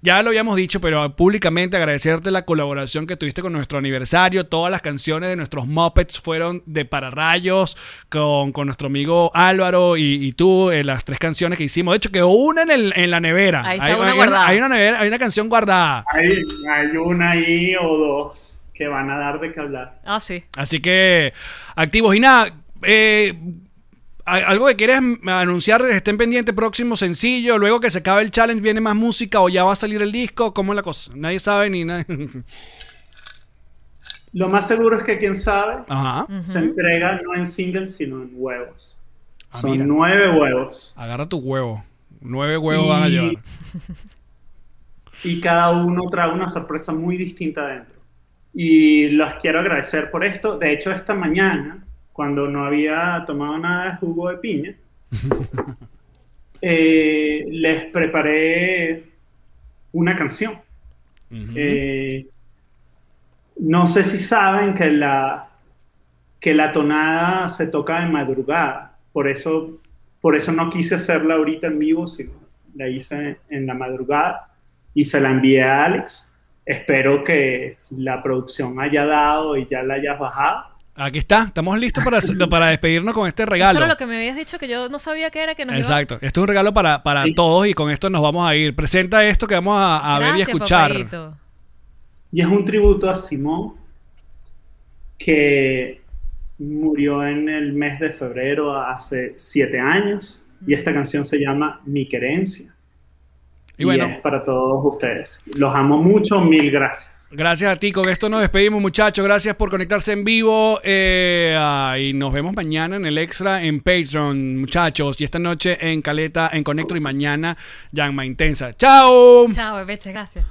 Ya lo habíamos dicho, pero públicamente agradecerte la colaboración que tuviste con nuestro aniversario. Todas las canciones de nuestros Muppets fueron de Pararrayos, con, con nuestro amigo Álvaro y, y tú, eh, las tres canciones que hicimos. De hecho, quedó una en, el- en la nevera. Ahí está hay, una hay guardada. hay una nevera- hay una canción guardada. Hay, hay una ahí o dos que van a dar de qué hablar. Ah, sí. Así que, activos. Y nada, eh, a- algo que quieras m- anunciar, estén pendientes, próximo sencillo, luego que se acabe el challenge, viene más música o ya va a salir el disco, ¿cómo es la cosa? Nadie sabe ni nadie. Lo más seguro es que quien sabe Ajá. se entrega no en singles, sino en huevos. Ah, Son mira. nueve huevos. Agarra tu huevo. Nueve huevos van a Y- llevar. y cada uno trae una sorpresa muy distinta adentro. Y los quiero agradecer por esto. De hecho, esta mañana, cuando no había tomado nada de jugo de piña, eh, les preparé una canción. Eh, no sé si saben que la, que la tonada se toca de madrugada, por eso, por eso no quise hacerla ahorita en vivo, sino la hice en la madrugada y se la envié a Alex. Espero que la producción haya dado y ya la hayas bajado. Aquí está. Estamos listos para, para despedirnos con este Esto regalo. era lo que me habías dicho que yo no sabía que era que nos iba- Exacto. Esto es un regalo para, para Sí. todos y con esto nos vamos a ir. Presenta esto que vamos a, a ver y a Gracias, escuchar. papayito. Y es un tributo a Simón, que murió en el mes de febrero hace siete años. Y esta canción se llama Mi Querencia. Y Y, bueno. es para todos ustedes. Los amo mucho, mil gracias. Gracias a ti, con esto nos despedimos muchachos, gracias por conectarse en vivo eh, ah, y nos vemos mañana en el extra en Patreon muchachos y esta noche en Caleta, en Conector y mañana Llama Intensa. ¡Chao! Chao, bebeche, gracias.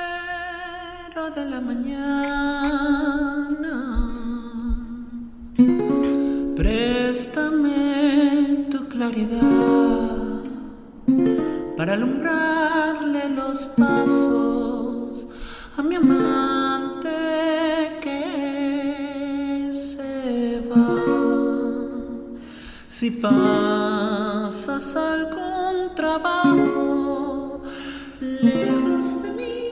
Lucero de la mañana, préstame tu claridad para alumbrarle los pasos a mi amante que se va. Si pasas algún trabajo lejos de mi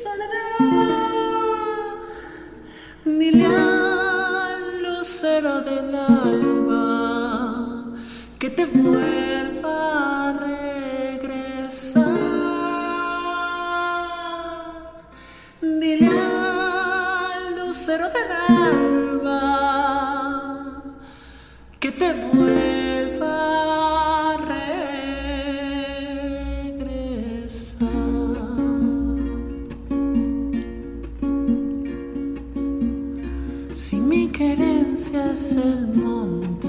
soledad, dile al lucero alma que te vuelva a regresar. Dile al lucero del alba que te vuelva a regresar. Si mi querencia es el monte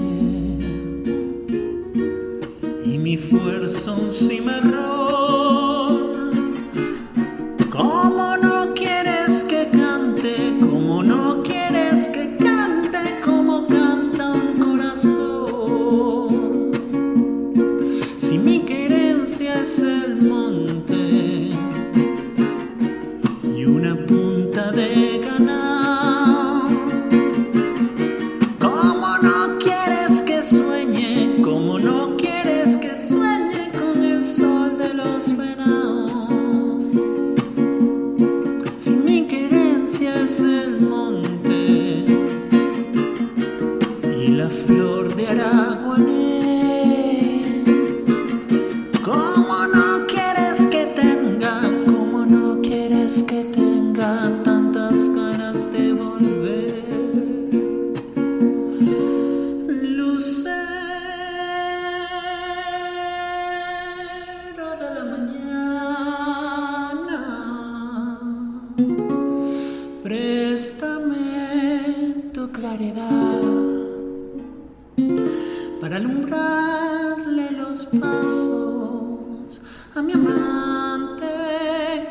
y mi fuerza un cimarrón, ¿cómo no quieres que cante? ¿Cómo no quieres que cante como canta un corazón? Si mi querencia es el monte y una punta de ganar. Como no quieres que sueñe, como no quieres que sueñe con el sol de los venados. Si mi querencia es el monte y la flor de Araguané. Como no quieres que tenga, como no quieres que tenga tantas ganas de volver, lucero de la mañana, préstame tu claridad para alumbrarle los pasos a mi amante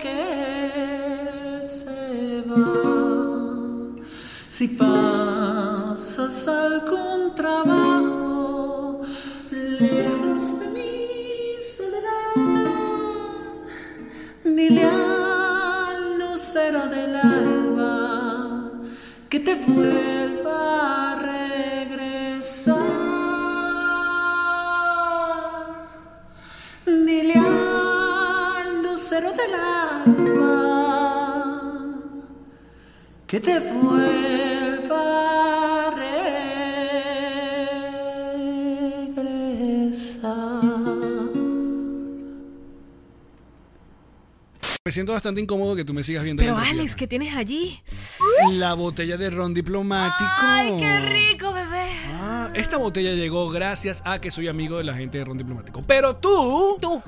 que se va. Si pasas algún trabajo lejos de mi soledad, dile al lucero del alba que te vuelva a regresar. Dile al lucero del alba que te vuelva a regresar. Me siento bastante incómodo que tú me sigas viendo. Pero la persiana. Alex, ¿qué tienes allí? La botella de ron diplomático. ¡Ay, qué rico, bebé! Ah, esta botella llegó gracias a que soy amigo de la gente de ron diplomático. Pero tú, Tú.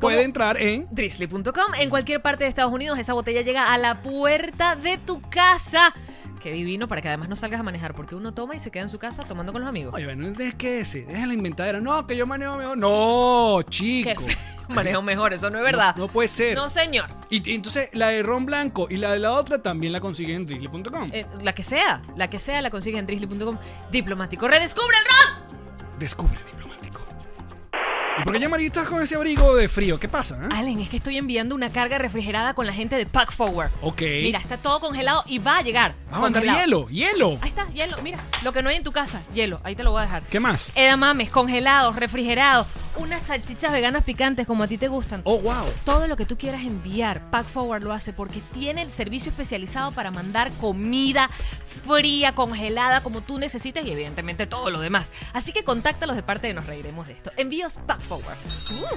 puedes entrar en Drizzly.com. En cualquier parte de Estados Unidos, esa botella llega a la puerta de tu casa. Qué divino, para que además no salgas a manejar, porque uno toma y se queda en su casa tomando con los amigos. Oye, bueno, es que ese, deja la inventadera. No, que yo manejo mejor. No, Qué chico. feo. Manejo mejor, eso no es verdad. No, no puede ser. No, señor. Y, y entonces la de ron blanco y la de la otra también la consiguen en drizzly.com. Eh, la que sea, la que sea, la consigues en drizzly.com. Diplomático. ¡Redescubre el ¿Eh? rock! Descubre diplomático. ¿Y por qué ya María estás con ese abrigo de frío? ¿Qué pasa? eh? Allen, es que estoy enviando una carga refrigerada con la gente de Pack Forward. Ok. Mira, está todo congelado y va a llegar. Vamos a mandar Congelado. hielo, hielo. Ahí está, hielo. Mira, lo que no hay en tu casa, hielo. Ahí te lo voy a dejar. ¿Qué más? Edamames, congelados, refrigerados, unas salchichas veganas picantes como a ti te gustan. Oh, wow. Todo lo que tú quieras enviar, Pack Forward lo hace porque tiene el servicio especializado para mandar comida fría, congelada, como tú necesites y evidentemente todo lo demás. Así que contáctalos de parte de Nos Reiremos de esto. Envíos Pack Forward. Uh.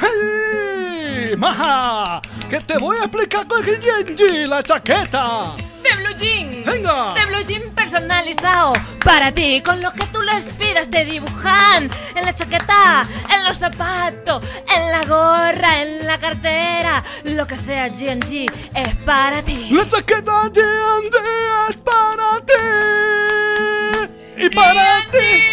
¡Hey! ¡Maja! ¡Que te voy a explicar con el Genji, la chaqueta! De Blue Jean. Venga. De Blue Jean personalizado para ti, con lo que tú lo inspiras de dibujan. En la chaqueta, en los zapatos, en la gorra, en la cartera. Lo que sea GNG es para ti. ¡La chaqueta Genji es para ti! ¡Y para ti!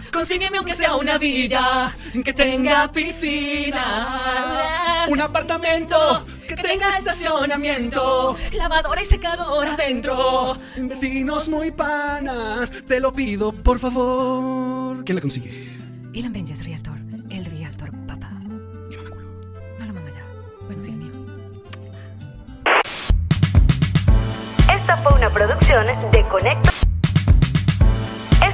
Consígueme aunque sea una villa que tenga piscina. Un apartamento que tenga estacionamiento. Lavadora y secadora adentro. Vecinos muy panas, te lo pido, por favor. ¿Quién la consigue? Ilan Benji es Realtor. El Realtor, papá. No lo mama ya. Bueno, sí, el mío. Esta fue una producción de Connector.